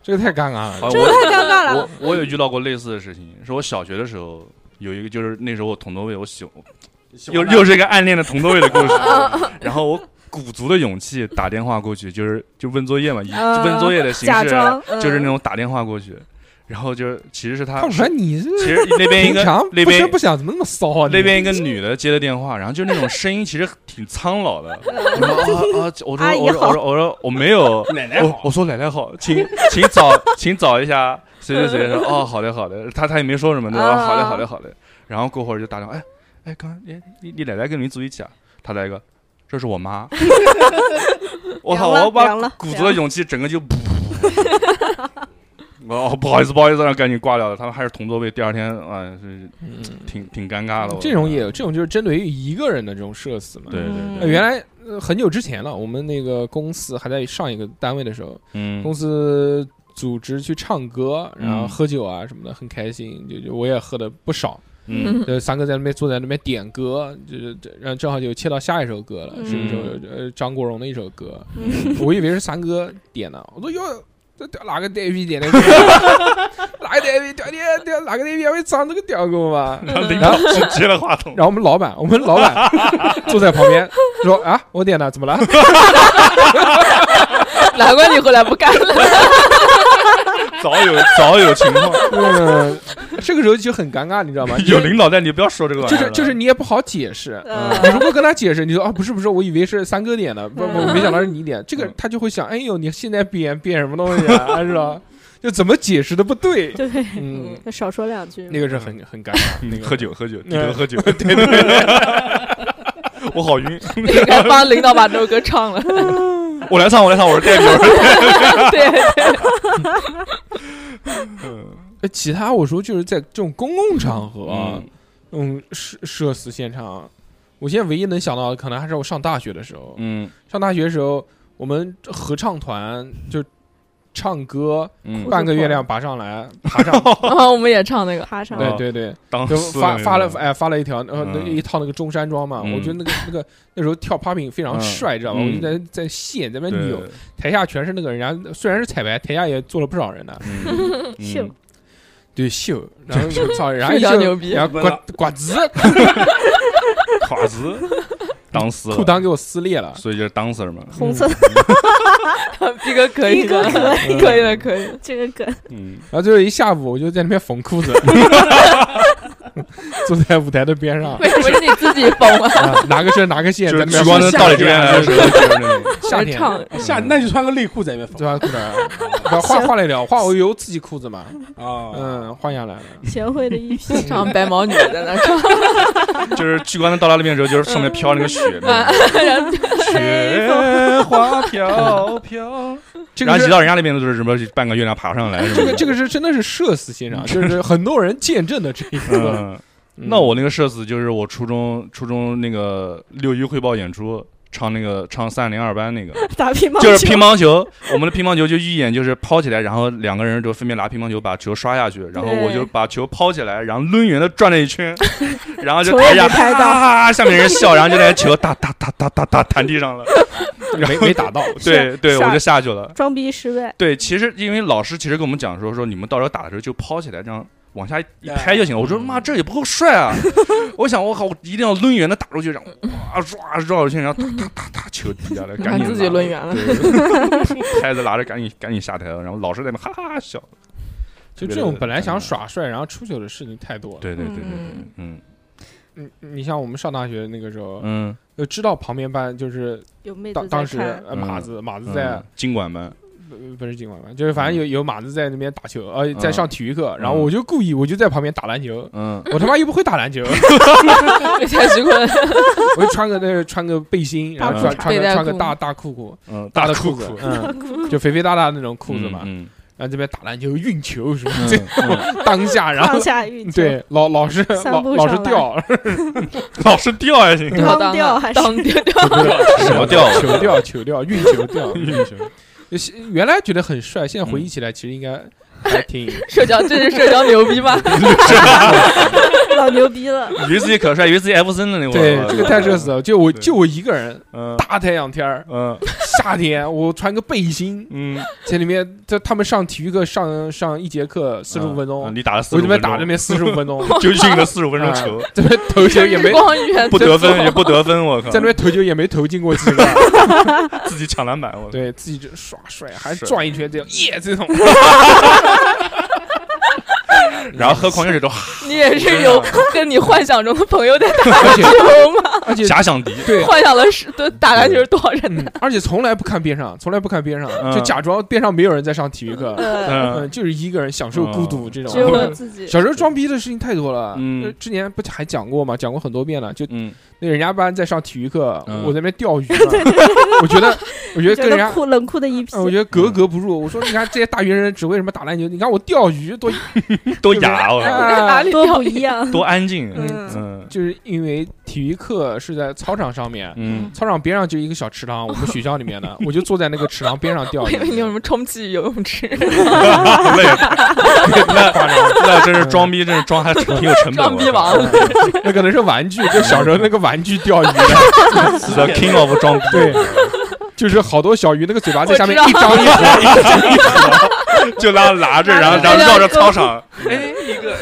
这个太尴尬啊了。 这个太尴尬了我我有遇到过类似的事情，是我小学的时候有一个，就是那时候我同座位，我喜又又是一个暗恋的同座位的故事，然后我鼓足了勇气打电话过去，就是就问作业嘛，以啊问作业的形假式，啊装嗯就是那种打电话过去，然后就是其实是他看，出来你是其实那边一平个常那不声边不响，怎么那么骚啊？你那边一个女的接的电话，然后就那种声音其实挺苍老的。我说啊啊，我阿说姨我说好我说我说我没有，奶奶我好，哦我说奶奶好，请 请找请找一下谁谁谁说哦好的好的，他他也没说什么对吧？啊好的好的好的，然后过会儿就打电话，哎哎，刚刚你你你奶奶跟民族一起啊？他来一个，这是我 妈，我操，凉了我把凉了鼓足了勇气，整个就哦，不好意思，不好意思，然后赶紧挂掉了。他们还是同座位，第二天啊、哎是嗯挺挺尴尬的。我这种也有，这种就是针对于一个人的这种社死嘛。对对呃对，原来呃很久之前了，我们那个公司还在上一个单位的时候，嗯公司组织去唱歌，然后嗯喝酒啊什么的，很开心。就就我也喝的不少， 嗯 呃，三哥在那边坐在那边点歌，就是这然后正好就切到下一首歌了，是一首呃张国荣的一首歌，我以为是三哥点的，我说哟。这屌哪个呆逼点的歌？哪个呆逼屌你屌哪个呆逼还会唱这个屌歌吗？然后领导就接了话筒，然后我们老板，我们老板坐在旁边说：“啊，我点的，怎么了？难怪你后来不干 了。早有早有情况，嗯，这个时候就很尴尬，你 知道吗？有领导在，你不要说这个玩意就儿是了就是 你也不好解释。嗯你如果跟他解释，你说啊不是不是，我以为是三哥点的，不不，嗯我没想到是你点，这个他就会想，哎呦，你现在变变什么东西啊，是吧？ 就怎么解释都不对，对，嗯，就少说两句。 那个是很很尴尬，那嗯个喝酒喝酒，低嗯头喝酒， 对对对， 我好晕，应该帮领导把这首歌唱了。我来唱我来唱，我是代表， 对对，嗯呃其他我说就是在这种公共场合啊，嗯嗯，社社死现场，我现在唯一能想到的可能还是我上大学的时候，嗯上大学的时候，我们合唱团就唱歌，嗯，半个月亮爬上来，爬上， 然哦后我们也唱那个。爬上哦对对对，当就四发个发了月哎发了一条呃那嗯一套那个中山装嘛，嗯我觉得那个那个那时候跳 popping 非常嗯帅，知道吧？嗯我就在在现在那边对扭，台下 全是那个人家虽然是彩排，台下也坐了不少人呢，嗯嗯秀对秀，然后 操，然后一非常秀牛逼然后瓜瓜子垮子，当死裤了，裆给我撕裂了，所以就是当死嘛，红色的逼哥可以的，嗯以，逼哥可可以的，可以的。这个梗，嗯，然后最后一下午我就在那边缝裤子， 坐在舞台的边 上。为什么是你自己疯啊？啊，拿个针拿个线，就在是那边聚光灯夏到你这天边 来的时候 就是那种，夏天唱下那就穿个内裤在里面对缝吧？裤啊衩，不要 换换了一条，换我有自己裤子嘛，哦啊。嗯，换下来了。贤惠的 一批。 唱白毛女在那唱，就是聚光灯到达那边的时候，就是上面飘那个雪，那嗯种然 雪后花飘飘，这 然个后是一到人家那边就是什么半个月亮爬上来，这个这个，个是真的是社死现 场，就是很多人见证了这一刻。嗯。嗯那我那个社死就是我初中初中那个六一汇报演出，唱那个唱三零二班 那个，打乒乓球，就是乒乓球。我们的乒乓球就预演就是抛起来，然后两个人就分别拿乒乓球把球刷下去，然后我就把球抛起来，然后抡圆的转了一 圈，然后就球也台下没拍到啊，下面人笑，然后就那球 哒哒哒哒哒哒弹地上了，没没 打到，对对，下我就下去了。装逼失败。对，其实因为老师其实跟我们讲说说你们到时候打的时候就抛起来，这样往下一拍就行了。嗯我说妈，这也不够帅啊！ 我想我靠，我一定要抡圆的打出去，然后哇唰绕过去，然后哒哒哒哒球底 下来，赶把紧自己拿抡圆了。对拍子拿着赶紧赶紧下台了，然后老师在那哈哈哈笑。就这种本来想耍帅，然后出糗的事情太多了。对对对对对嗯，嗯你你像我们上大学那个时候，嗯，就知道旁边班就是有妹当子当在时看，呃嗯马子马子嗯在经管班，呃不是今晚班，就是反正有有马子在那边打球，呃，在嗯上体育课，然后我就故意我就在旁边打篮球，嗯我他妈又不会打篮球，蔡徐坤，我就穿个那个穿个背心，然后大穿裤衩穿背个带穿个裤大大裤裤，嗯，大的裤子， 嗯，就肥肥大大那种裤子嘛， 嗯，然后这边打篮球、运球什么嗯这 嗯当下，然后嗯放下运球，对老老师散老步老师上来 掉，老师掉 还行，当当掉还是当掉掉？什么掉嗯球掉球掉运球掉 运球，就是原来觉得很帅，现在回忆起来其实应该还 挺。社交，这是社交牛逼吧？老牛逼了，以为自己可帅，以为自己艾弗森的那会儿，对，这个太社死了！就我嗯对就我一个人，嗯大太阳天儿，嗯夏天，我穿个背心，嗯，在里面，在他们上体育课上上一节课四十五分钟，嗯你打了四我这十五边分打钟，那边四十五分钟，就进了四十五分钟 啊球，这边投球 也没光源不得 分也不得分，我靠，在那边投球也没投进过几 个，自己抢篮板，我靠对自己这耍帅，还是转一圈这样耶这种，然后喝矿泉水都哈你也是有跟你幻想中的朋友在打而且球吗？而且假想敌，对。幻想了是都打篮球多少人？嗯，而且从来不看边上，从来不看边上，嗯就假装边上没有人在上体育课，呃，嗯，嗯就是一个人享受孤独嗯这只有我种。自己。小时候装逼的事情太多了，嗯呃之前不还讲过吗？讲过很多遍了，就嗯那人家班在上体育课，嗯我在那边钓鱼嘛，我觉得，我觉得觉跟人得家酷冷酷的一批啊，，我觉得格格不入。我说，你看这些大学生只会什么打篮球，你看我钓鱼多，都哑，我靠啊哪里多掉不一样。多安静，嗯嗯就是因为体育课是在操场上面，嗯，操场边上就一个小池 塘，我们学校里面的，我就坐在那个池塘边上钓我以为你有什鱼。么充气游泳池，那也嗯那那真是装逼，真是装还挺有成本，装逼王我靠那可能是玩 具，就小时候那个玩具钓鱼的， ，The King of 装逼，对，就是好多小鱼，那个嘴巴在下面我一知张一合，就拉拿着，然后然后绕着操场，哎，一个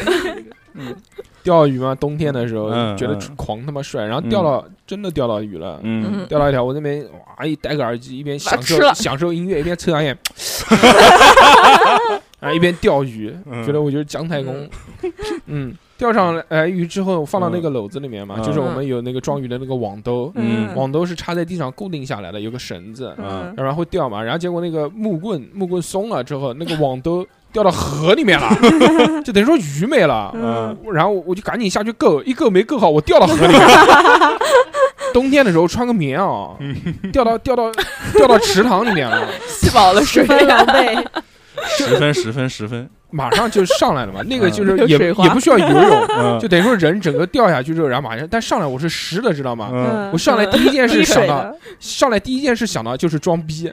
钓鱼嘛，冬天的时候嗯觉得嗯狂他妈帅，然后钓到真的钓到鱼了，嗯，钓到一条，我那边哇一戴个耳机，一边享吃受了享受音乐，一边抽香 烟，然啊后一边钓鱼，嗯觉得我就是姜太公。嗯，钓上来鱼之后放到那个篓子里面嘛，嗯就是我们有那个装鱼的那个网兜，嗯 网兜是插在地上固定下来的，有个绳子，嗯嗯，然后会掉嘛。然后结果那个木棍木棍松了之后，那个网兜掉到河里面了，就等于说鱼没了。嗯然后我就赶紧下去够，一够没够好，我掉到河里面。冬天的时候穿个棉袄，掉到掉到掉到池塘里面了，吸饱了水十分狼狈，十分十分十分，马上就上来了嘛。那个就是有也水花也不需要游 泳，嗯就等于说人整个掉下去之后，然后马上但上来我是湿的，知道吗？嗯，嗯我上来第一件事滴水想到，的，上来第一件事想到就是装逼，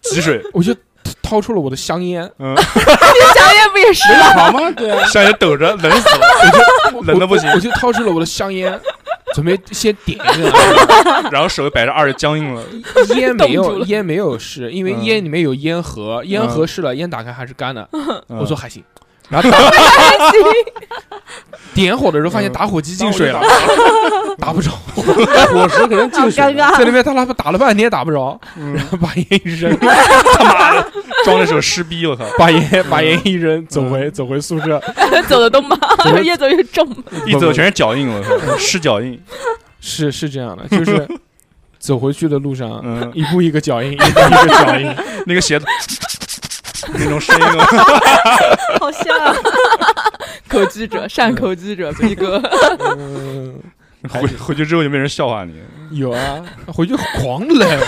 积水，我就掏出了我的香烟，嗯，香烟不也是？好吗？对啊，像也抖着，冷死了， 冷的不行我，就掏出了我的香烟，准备先点一个。然后手摆着二就僵硬了，烟没冻住有了烟没有湿，因为嗯烟里面有烟盒，烟盒湿了，烟打开还是干的。我说说还行，然 后打点火的时候发现嗯打火机进水了，打不着，伙食可能好进水在了，尴尬。那边他拉打了半天打不着， 嗯然后把烟一扔，他妈的装的时候湿逼，我靠，把烟 把烟一扔，走回走回宿舍，走的都慢走，得越走越重。一走全是脚印，我靠，湿脚印， 是是这样的，就是走回去的路上嗯，一步一个脚印，一步一个 脚印， 那个鞋子那种声音，我 好像口技者，善口技者，逼哥，嗯，靠回回去之后就没人笑话你，有啊，回去狂冷，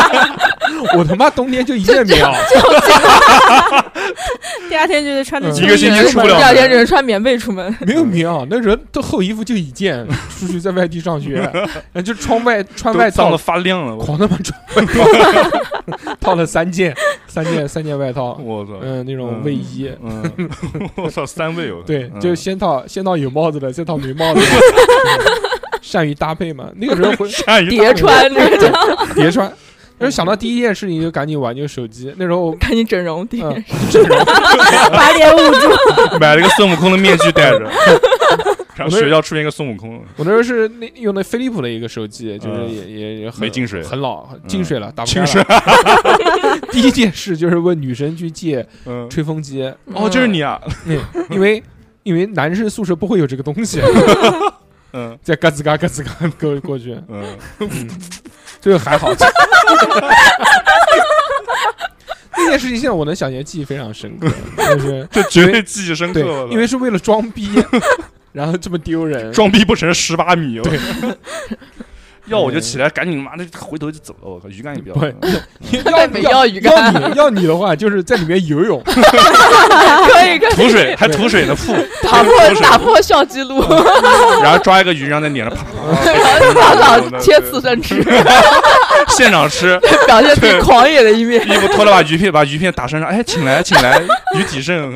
我他妈冬天就一件棉袄。 第二天就得穿着嗯秋一个星期衣出不了第二天门只能穿棉被出门。没有棉袄，那人都厚衣服就一件，出去在外地上 学，然后就穿外穿外都脏套的，发亮了，我狂他妈穿外套，套了三件，三件三件外套，我操，嗯，那种卫衣，嗯，我操，三位 我，对，嗯就先套先套有帽子的，再套没帽子的，嗯 善于搭配嘛。那个时候回善于叠穿这个，别穿， 那时候想到第一件事情就赶紧玩那个手机，那时候我赶紧整容，第一嗯整天容，把脸捂住，买了个孙悟空的面 具戴着，然后学校出现一个孙悟空，我那时候是那用的飞利浦的一个手机，就是嗯也也也很没进水嗯很老，进水了，打不开青了蛇。 第一件事就是问女生去借嗯，吹风机，哦，就是你啊，因为因为男生宿舍不会有这个东西， 嗯再嘎吱嘎嘎吱嘎过过去， 嗯，这个还好。 那件事情现在我能想起来，记忆非常深刻， 就是这绝对记忆深刻对了，，因为是为了装 逼，然后这么丢人。装逼不成十八米，我 要我就起来，赶紧妈的回头就走了，我靠，鱼竿也不要对了，要北要要鱼竿要你要你的话，就是在里面游 泳，可以可以吐 水还吐水呢，吐，打破水打破校纪录，然后抓一个鱼，然后在脸上啪老啪啪老切刺身吃，现场吃，表现自己狂野的一面。衣服脱了把鱼片，把鱼片打身上，哎，请来请来，鱼体盛，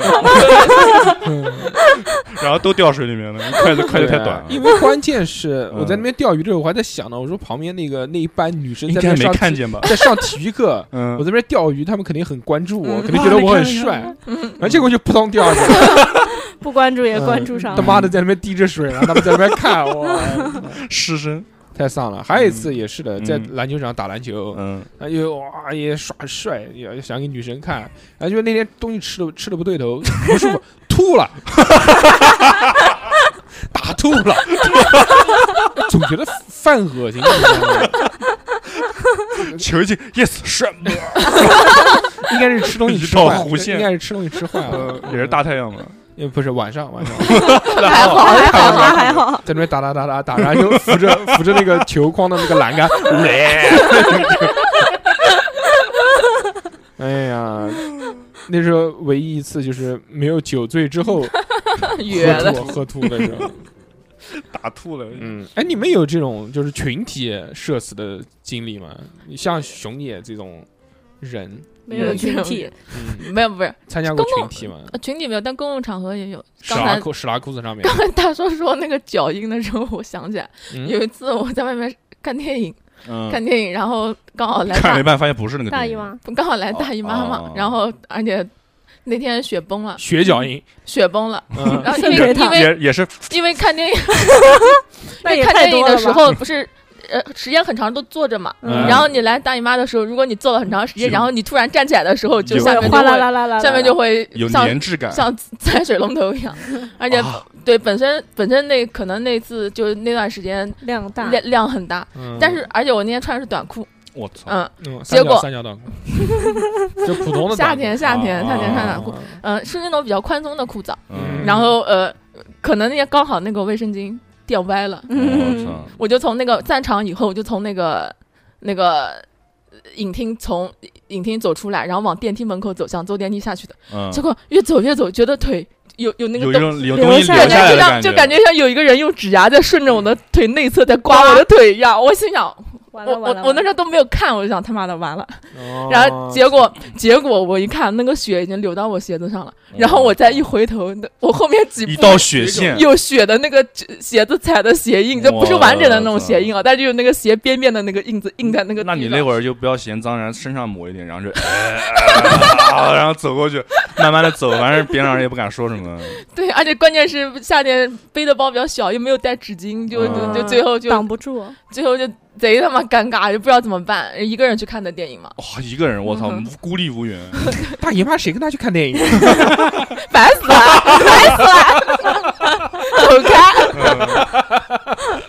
然后都掉水里面了，筷子筷子太短了，因为关键是啊嗯我在那边钓鱼的时候，我还在想呢，我说旁边那个那一班女生应在该那没上看见吧？在上体育课，嗯我，在那边钓鱼，他们肯定很关注我，嗯肯定觉得我 很帅，然后结果就扑通掉下去了，不关注也关注嗯上他了。妈的在那边滴着水，然后他们在那边看我， 失身，太丧了。还有一次也是的，嗯在篮球场打篮球，嗯然后又哇也耍帅，也想给女神看，然后就那天东西吃的吃的不对头，不舒服， 吐了，打吐了， 总觉得犯恶心。你知道吗球进，yes，帅，应该是吃东西吃一坏道弧了，线应该是吃东西吃坏了 嗯，也是大太阳嘛，呃，不是晚上晚上还好还还好还好，在那边打打打打打，然后就扶着 扶着那个球框的那个栏杆， 哎呀，那是唯一一次就是没有酒醉之后远喝了吐喝吐的时候。打吐了，嗯，哎，你们有这种就是群体社死的经历吗？你像熊野这种人，没有群有体，嗯，没有不是参加过公群共体吗？呃群体没有，但公共场合也有。屎刚啊 拉才裤屎拉裤子上面，刚才大叔说那个脚印的时候，我想起来嗯有一次我在外面看电影，嗯，看电影，然后刚好来看了大一半发现不是那个大电姨影，妈，刚好来大姨妈哦嘛，然后而且那天雪崩了，血脚印，雪 崩了，嗯然后因顺为水因烫为也也是因为看 电影那也看太电影多的了时吧？候不是。呃，时间很长都坐着嘛，嗯然后你来大姨妈的时候，如果你坐了很长时间，就然后你突然站起来的时候，就有下面就哗啦会啦啦啦，下面就会有像粘滞感，像踩水龙头一 样，而且啊对本身本身那可能那次就是那段时间量大，量量很大，嗯但是而且我那天穿的是短裤，我操，嗯嗯，结果三角短裤，就普通的夏天夏天夏天短穿短裤裤啊，啊嗯是那种比较宽松的裤子，嗯，然后呃可能那天刚好那个卫生巾掉歪了，我嗯操，我就从那个散场以后，我就从那个那个影厅从影厅走出来，然后往电梯门口走，想坐电梯下去的， 嗯结，果越走越走，觉得腿有有那有个一洞。种有东西留下留来感下觉来就的嗯像就感觉像有一个人用指甲在顺着我的腿内侧在刮我的腿一样，我心想，完我了我完了，我那时候都没有看，我就想他妈的完了。哦然后结果结果我一看，那个血已经流到我鞋子上了，然后我再一回头，那我后面几哦一步道血线，有血的那个鞋子踩的鞋印，就不是完整的那种鞋印啊，但是有那个鞋边边的那个印子印在那个。那你那儿，会儿就不要嫌脏，然后身上抹一点，然后就，啊然后走过去，慢慢的走，反正别让人也不敢说什么。对，而且关键是夏天背的包比较小，又没有带纸巾，就就嗯就最后就挡不 住，最后就贼他妈尴尬，就不知道怎么办。一个人去看的电影嘛，哇，一个人，我操嗯，孤立无援。大姨妈谁跟他去看电影？烦死了，烦死了，走开。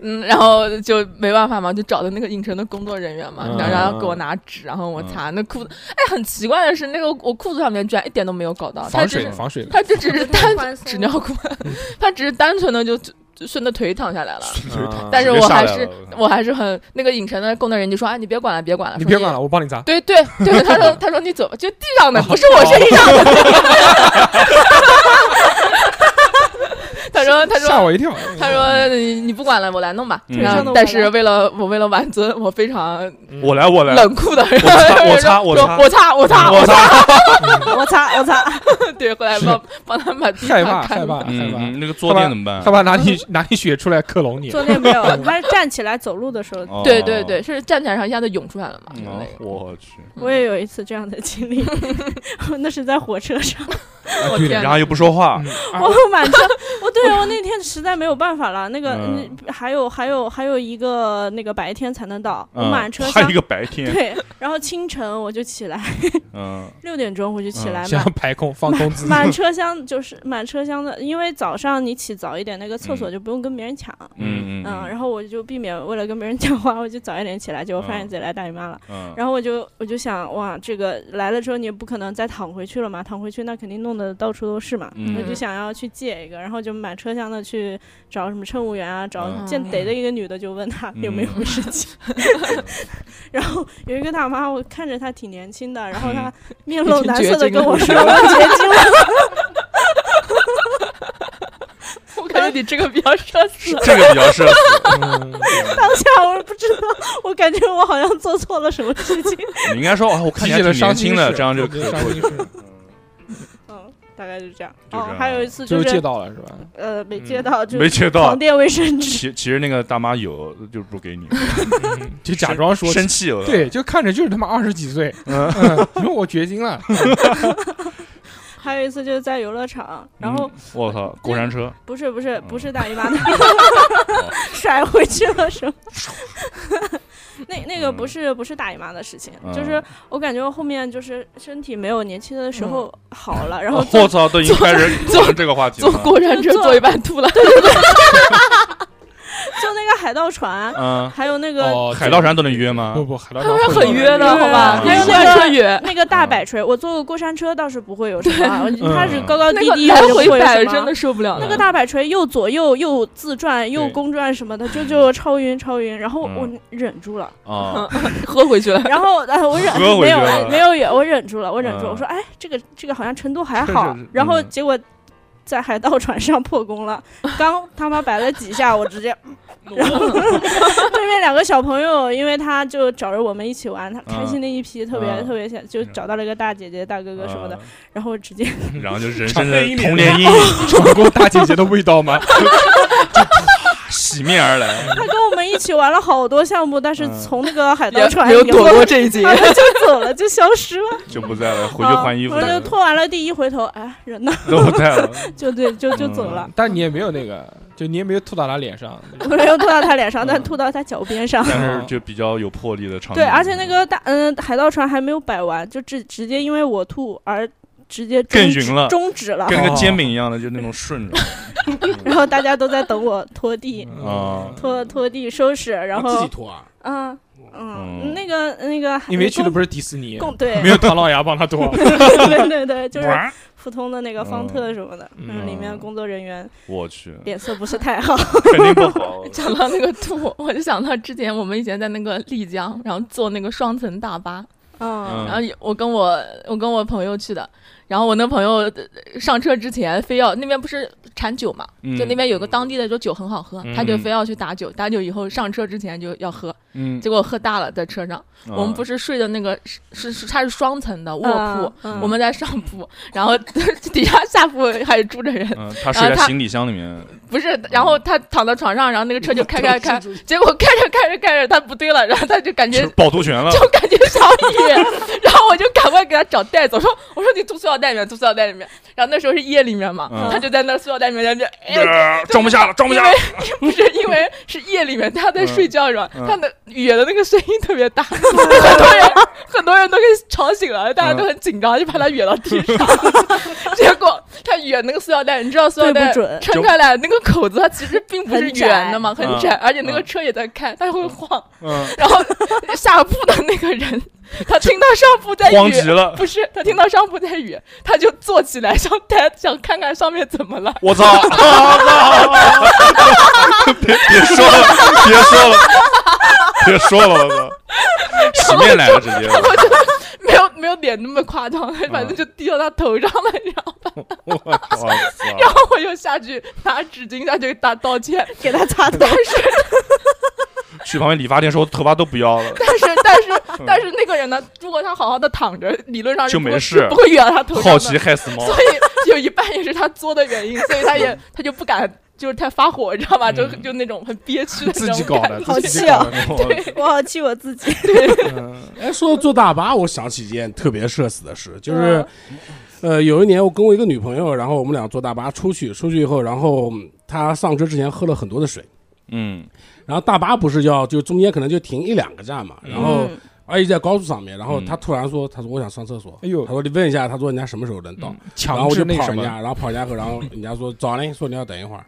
嗯，然后就没办法嘛，就找的那个影城的工作人员嘛，嗯然后然后给我拿纸，然后我擦那裤子。哎，很奇怪的是，那个我裤子上面居然一点都没有搞到，他防只水是防水的，他就只是单宽松纸尿裤， 他只是单纯的就就就顺着腿躺下来了。啊但是直接我下还来是了我靠我还是很那个影城的工作人员就说：“哎，你别管了，别管了，你别说管了，我帮你砸。对对对，他说他说你走吧，就地上的，不 是我身上的。他说他吓说我一跳。他说你你不管了，我来弄吧。嗯然后，但是为了我为了挽尊，我非常我来，我来，冷酷的，我擦我擦嗯我擦我擦我我操！我擦我 擦，对，后来帮帮他把地害毯怕看害怕害嗯，怕嗯那个坐垫怎么办害？怕拿你拿你血出来克隆你。坐垫没有，他是站起来走路的时候，哦对对对，，是站起来然后一下子涌出来了嘛？就那哦个我去，我也有一次这样的经历， 那是在火车上，我对的天然后又不说话，嗯我满车，我对啊我那天实在没有办法了，那个嗯嗯还有还有还有一个那个白天才能到，我嗯满车还有厢一个白天，对，然后清晨我就起来，嗯六点钟我就起嗯来想满要排空放空自己，满车厢就是满车厢的，因为早上你起早一点，那个厕所就不用跟别人抢。嗯嗯，然嗯后我就避免为了跟别人讲话，我就早一点起来，结果发嗯现自己来大姨妈了。嗯，然后我就我就想，哇，这个来了之后你也不可能再躺回去了嘛，躺回去那肯定弄得到处都是嘛。嗯我就想要去借一个，然后就满车厢的去找什么乘务员啊，找嗯见逮着一个女的就问她有没有事情。 然后有一个大妈，我看着她挺年轻的，然后 她面露难色的跟我说我绝经了。我感觉你这个比较社死。这个比较适合，嗯当下我不知道，我感觉我好像做错了什么事情。 你应该说哦，我看提起起了来挺年伤轻心的，事，这样就可以伤过心去。事，嗯，大概就这样。就这哦样，还有一次最就后是借到了是吧？呃没嗯借到，就没是切到床，垫卫生纸。 其其实那个大妈有，就不给你，就假装说生气了。嗯对，，就看着就是他妈二十几岁，嗯，你说我绝经了，还有一次就是在游乐场，然后嗯我操，过山车，不是不是嗯哦不是大姨妈的， 甩回去了什么？那那个不是不是大姨妈的事情，嗯就是我感觉后面就是身体没有年轻的时候好 了，然后哦做我操，都已经开始坐讲这个话题坐了。过山车坐坐一半吐了，做那个海盗船，嗯，还有那个哦，海盗船都能约吗不？不，海盗他船们会很有约的，对好吧？还有比那个过山车约。那个嗯大摆锤，我坐过过山车倒是不会有什么啊，嗯它是高高低那个低来我就不会回有摆什真么啊的。受不了那嗯个大摆锤又左右又自转又对公转什么的，就就超晕超晕，然后嗯我忍住了， 啊， 喝回去了。然后呃我忍喝回没去有了没有忍我忍住了，我忍住，嗯我说哎这个这个好像程度还是好是是，然后嗯结果在海盗船上破功了，刚他妈摆了几下，我 直接然后 对面两个小朋友，因为他就找着我们一起玩，他开心的一批，特别、嗯特别想，就找到了一个大姐姐、大哥哥什么的，嗯然后直接然后就人长生的辈一脸童年 阴影尝过大姐姐的味道吗？洗面而来。他跟我们一起玩了好多项目，但是嗯从那个海也盗船没有以后躲 过这一 劫他们就走了，就消失了。就不在了，回去啊换衣服我就了，脱完了第一回头，哎，人呢？ 都不在了。就对，就就走了。但你也没有那个，就你也没有吐到他脸上，没有吐到他脸上，嗯但吐到他脚边上。但 是就比较有魄力的场景。对，而且那个大嗯、海盗船还没有摆完，就直直接因为我吐而直接终更止晕了终止了。跟那个煎饼一样的，就那种顺 着然后大家都在等我拖地，啊嗯。拖拖地收拾，然自己后脱啊，嗯嗯嗯，那个那个，因为去的公不是迪啊士 尼，公对没有唐老鸭帮他脱，对对对，就是哇普通的那个方特什么的，嗯嗯，里面工作人员我去，脸色不是太 好，肯定不好。讲到那个吐，我就想到之前我们以前在那个丽江，然后坐那个双层大巴，嗯 嗯然后有我跟我我跟我朋友去的，然后我那朋友呃上车之前非要那边不是产酒嘛，嗯就那边有个当地的就酒很好喝，嗯他就非要去打酒，打酒以后上车之前就要喝，嗯，结果喝大了在车上，我们不是是睡的那个是是是它是双层的卧铺，嗯我们在上铺，然后 底下下铺还住着人，嗯，他睡在行李箱里面，不是，然后他躺在床上，然后那个车就开开开，结果开着开着开着他不对了，然后他就感觉 是趵突泉了。就感觉小雨，然后我就赶快给他找袋子，我说我说你吐塑料袋里面，吐塑料袋里面。然后那时候是夜里面嘛，嗯他就在那塑料袋里面，就哎， 呃装不下了，装不因下为了。不是因为是夜里面，他在睡觉是吧？嗯他的雨的那个声音特别 大，很多人很多人都给吵醒了，大家都很紧张，就怕他哕到地上。 结果他哕那个塑料袋，你知道塑料对袋不准撑开来那个口子，它其实并不是很窄圆的嘛，很嗯窄，而且那个嗯车也在开，它会晃。嗯，然后下铺的那个人，他听到上铺 在 慌极雨， 了，不是他听到上铺在雨，他就坐起来想抬想看看上面怎么了。我操！ 我操！别别说了，别说了，别说了，我操！洗面奶了，直接。没有没有脸那么夸张，反正就滴到他头上了，然后我操！ 然后我又下去拿纸巾下去给他道歉，给他擦头， 去旁边理发店说我头发都不要了，但是但是但是那个人呢，如果他好好的躺着，理论上是就不没会事是不会远到他头上好的。奇害死猫所。以有一半也是他作的原因，所以他也他就不敢，就是太发火，你知道吧？就嗯就那种很憋屈的自那己种搞感的，觉自己气搞啊的。嗯我好气我自己。哎，说到坐大巴，我想起一件特别社死的事，就是，呃，有一年我跟我一个女朋友，然后我们俩坐大巴出去，出去以后，然后嗯她上车之前喝了很多的水，嗯，然后大巴不是要就中间可能就停一两个站嘛，然后嗯而且在高速上面，然后嗯她突然说，她说我想上厕所，哎呦她说你问一下，她说人家什么时候能到，然后强我制就那跑什人么，家，然后跑人家后，然后人家说 早嘞，说你要等一会儿，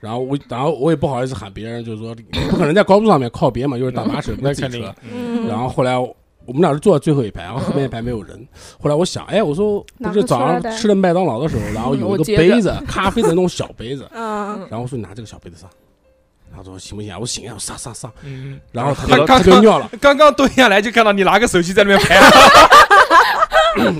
然后我然后我也不好意思喊别人，就是说 不可能在高速上面靠边嘛，又是大巴车，不那是自己肯车定，嗯，然后后来我我们俩是坐在最后一排，然后后面一排没有人。后来我想，哎，我说不拿是个塑早料上袋吃了麦当劳的时候，然后嗯有我一个接杯着子，咖啡的那种小杯子嗯，然后我说你拿这个小杯子上。他说行不行啊？我行啊，我上上上。嗯，然后他喝就了他就尿了，刚刚蹲下来就看到你拿个手机在那边拍，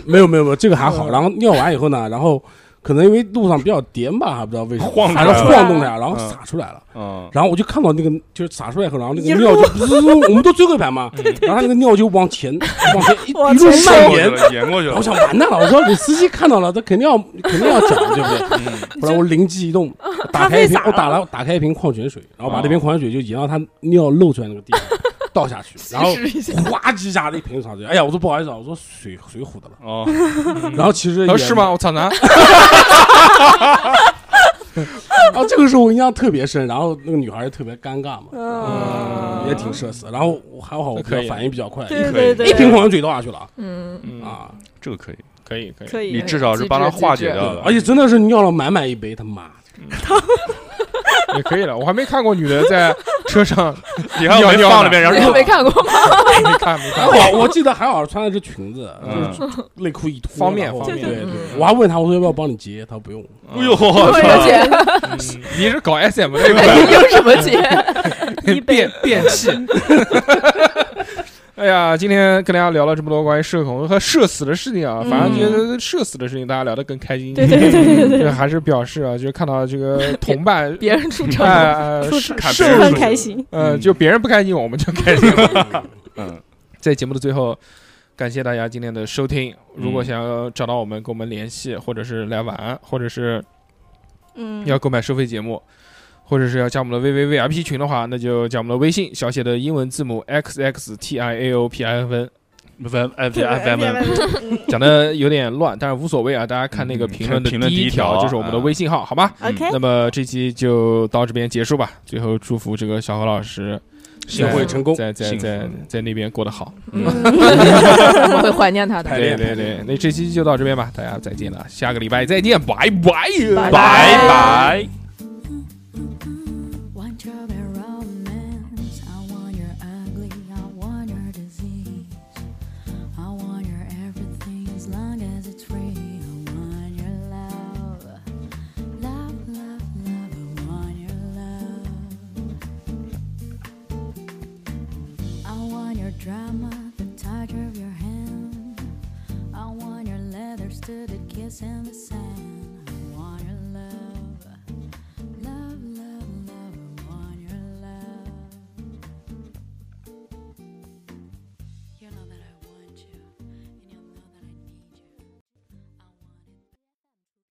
没有没有没有，这个还好。然后尿完以后呢，然后可能因为路上比较颠吧，还不知道为什么，晃出还来是了晃动了呀，然后嗯洒出来了。嗯，然后我就看到那个就是洒出来以后，然后那一个路尿就滋，我们都最后一排嘛，然后那个尿就往前往前一往一路前蔓过去延，了，演过去然后我了。想完蛋了，我说给司机看到了，他肯定要肯定要讲，对 不对？嗯后来我灵机一动，打开一瓶，我打了打开一瓶矿泉水，哦然后把那瓶矿泉水就沿到他尿漏出来那个地方倒 下去，然 后稀释一下，哗叽一下那瓶上去，哎呀，我说不好意思啊，我说水水虎的了。哦，嗯嗯然后其实他说也哦是吗？？我操，那啊，这个时候我印象特别深，然后那个女孩儿也特别尴尬嘛，嗯也挺社死。然后我还好，我比较可以啊反应比较快，对可对以对，一瓶矿泉水倒下去了嗯，嗯，啊！这个可以，可以可以，可以你至少是帮他化解掉啊对了。而且真的是尿了满满一杯，他妈也可以了。我还没看过女的在车上，哎你看我们放那边，然你后嗯 没看过吗？没看 没 还看，好，我记得还好穿的是裙子，就是嗯，内裤一脱，方便然后方便对对，嗯我还问他，我说要不要帮你接，他说不用。哎呦，有什我么 钱？嗯你是搞 SM 的对吧？ 有什么钱？ 变变气。 哎呀，今天跟大家聊了这么多关于社恐和社死的事情啊，反正觉得社死的事情大家聊得更开心一点。嗯对对对对对这 还是表示啊，就是看到这个同 伴别人出哎车哎哎出是看是别人很说开心。呃，嗯就别人不开心，我们就开心。 嗯， 在节目的最后，感谢大家今天的收听。如果嗯想要找到我们，跟我们联系，或者是来玩，或者是嗯， 要购买收费节目，或者是要加我们的 VVVIP 群的话，那就加我们的微信，小写的英文字母 xxtiaopin。 F F F M，讲的有点乱，但是无所谓啊，大家看那个嗯评论的看评论第一第一条条，就是我们的微信号，好吧？ 嗯 OK，那么这期就到这边结束吧。最后祝福这个小何老师幸会成功在在幸福在在那边过得好。嗯，我们会怀念他的。对对对，那这期就到这边吧，大家再见了，下个礼拜再见，拜拜。拜拜。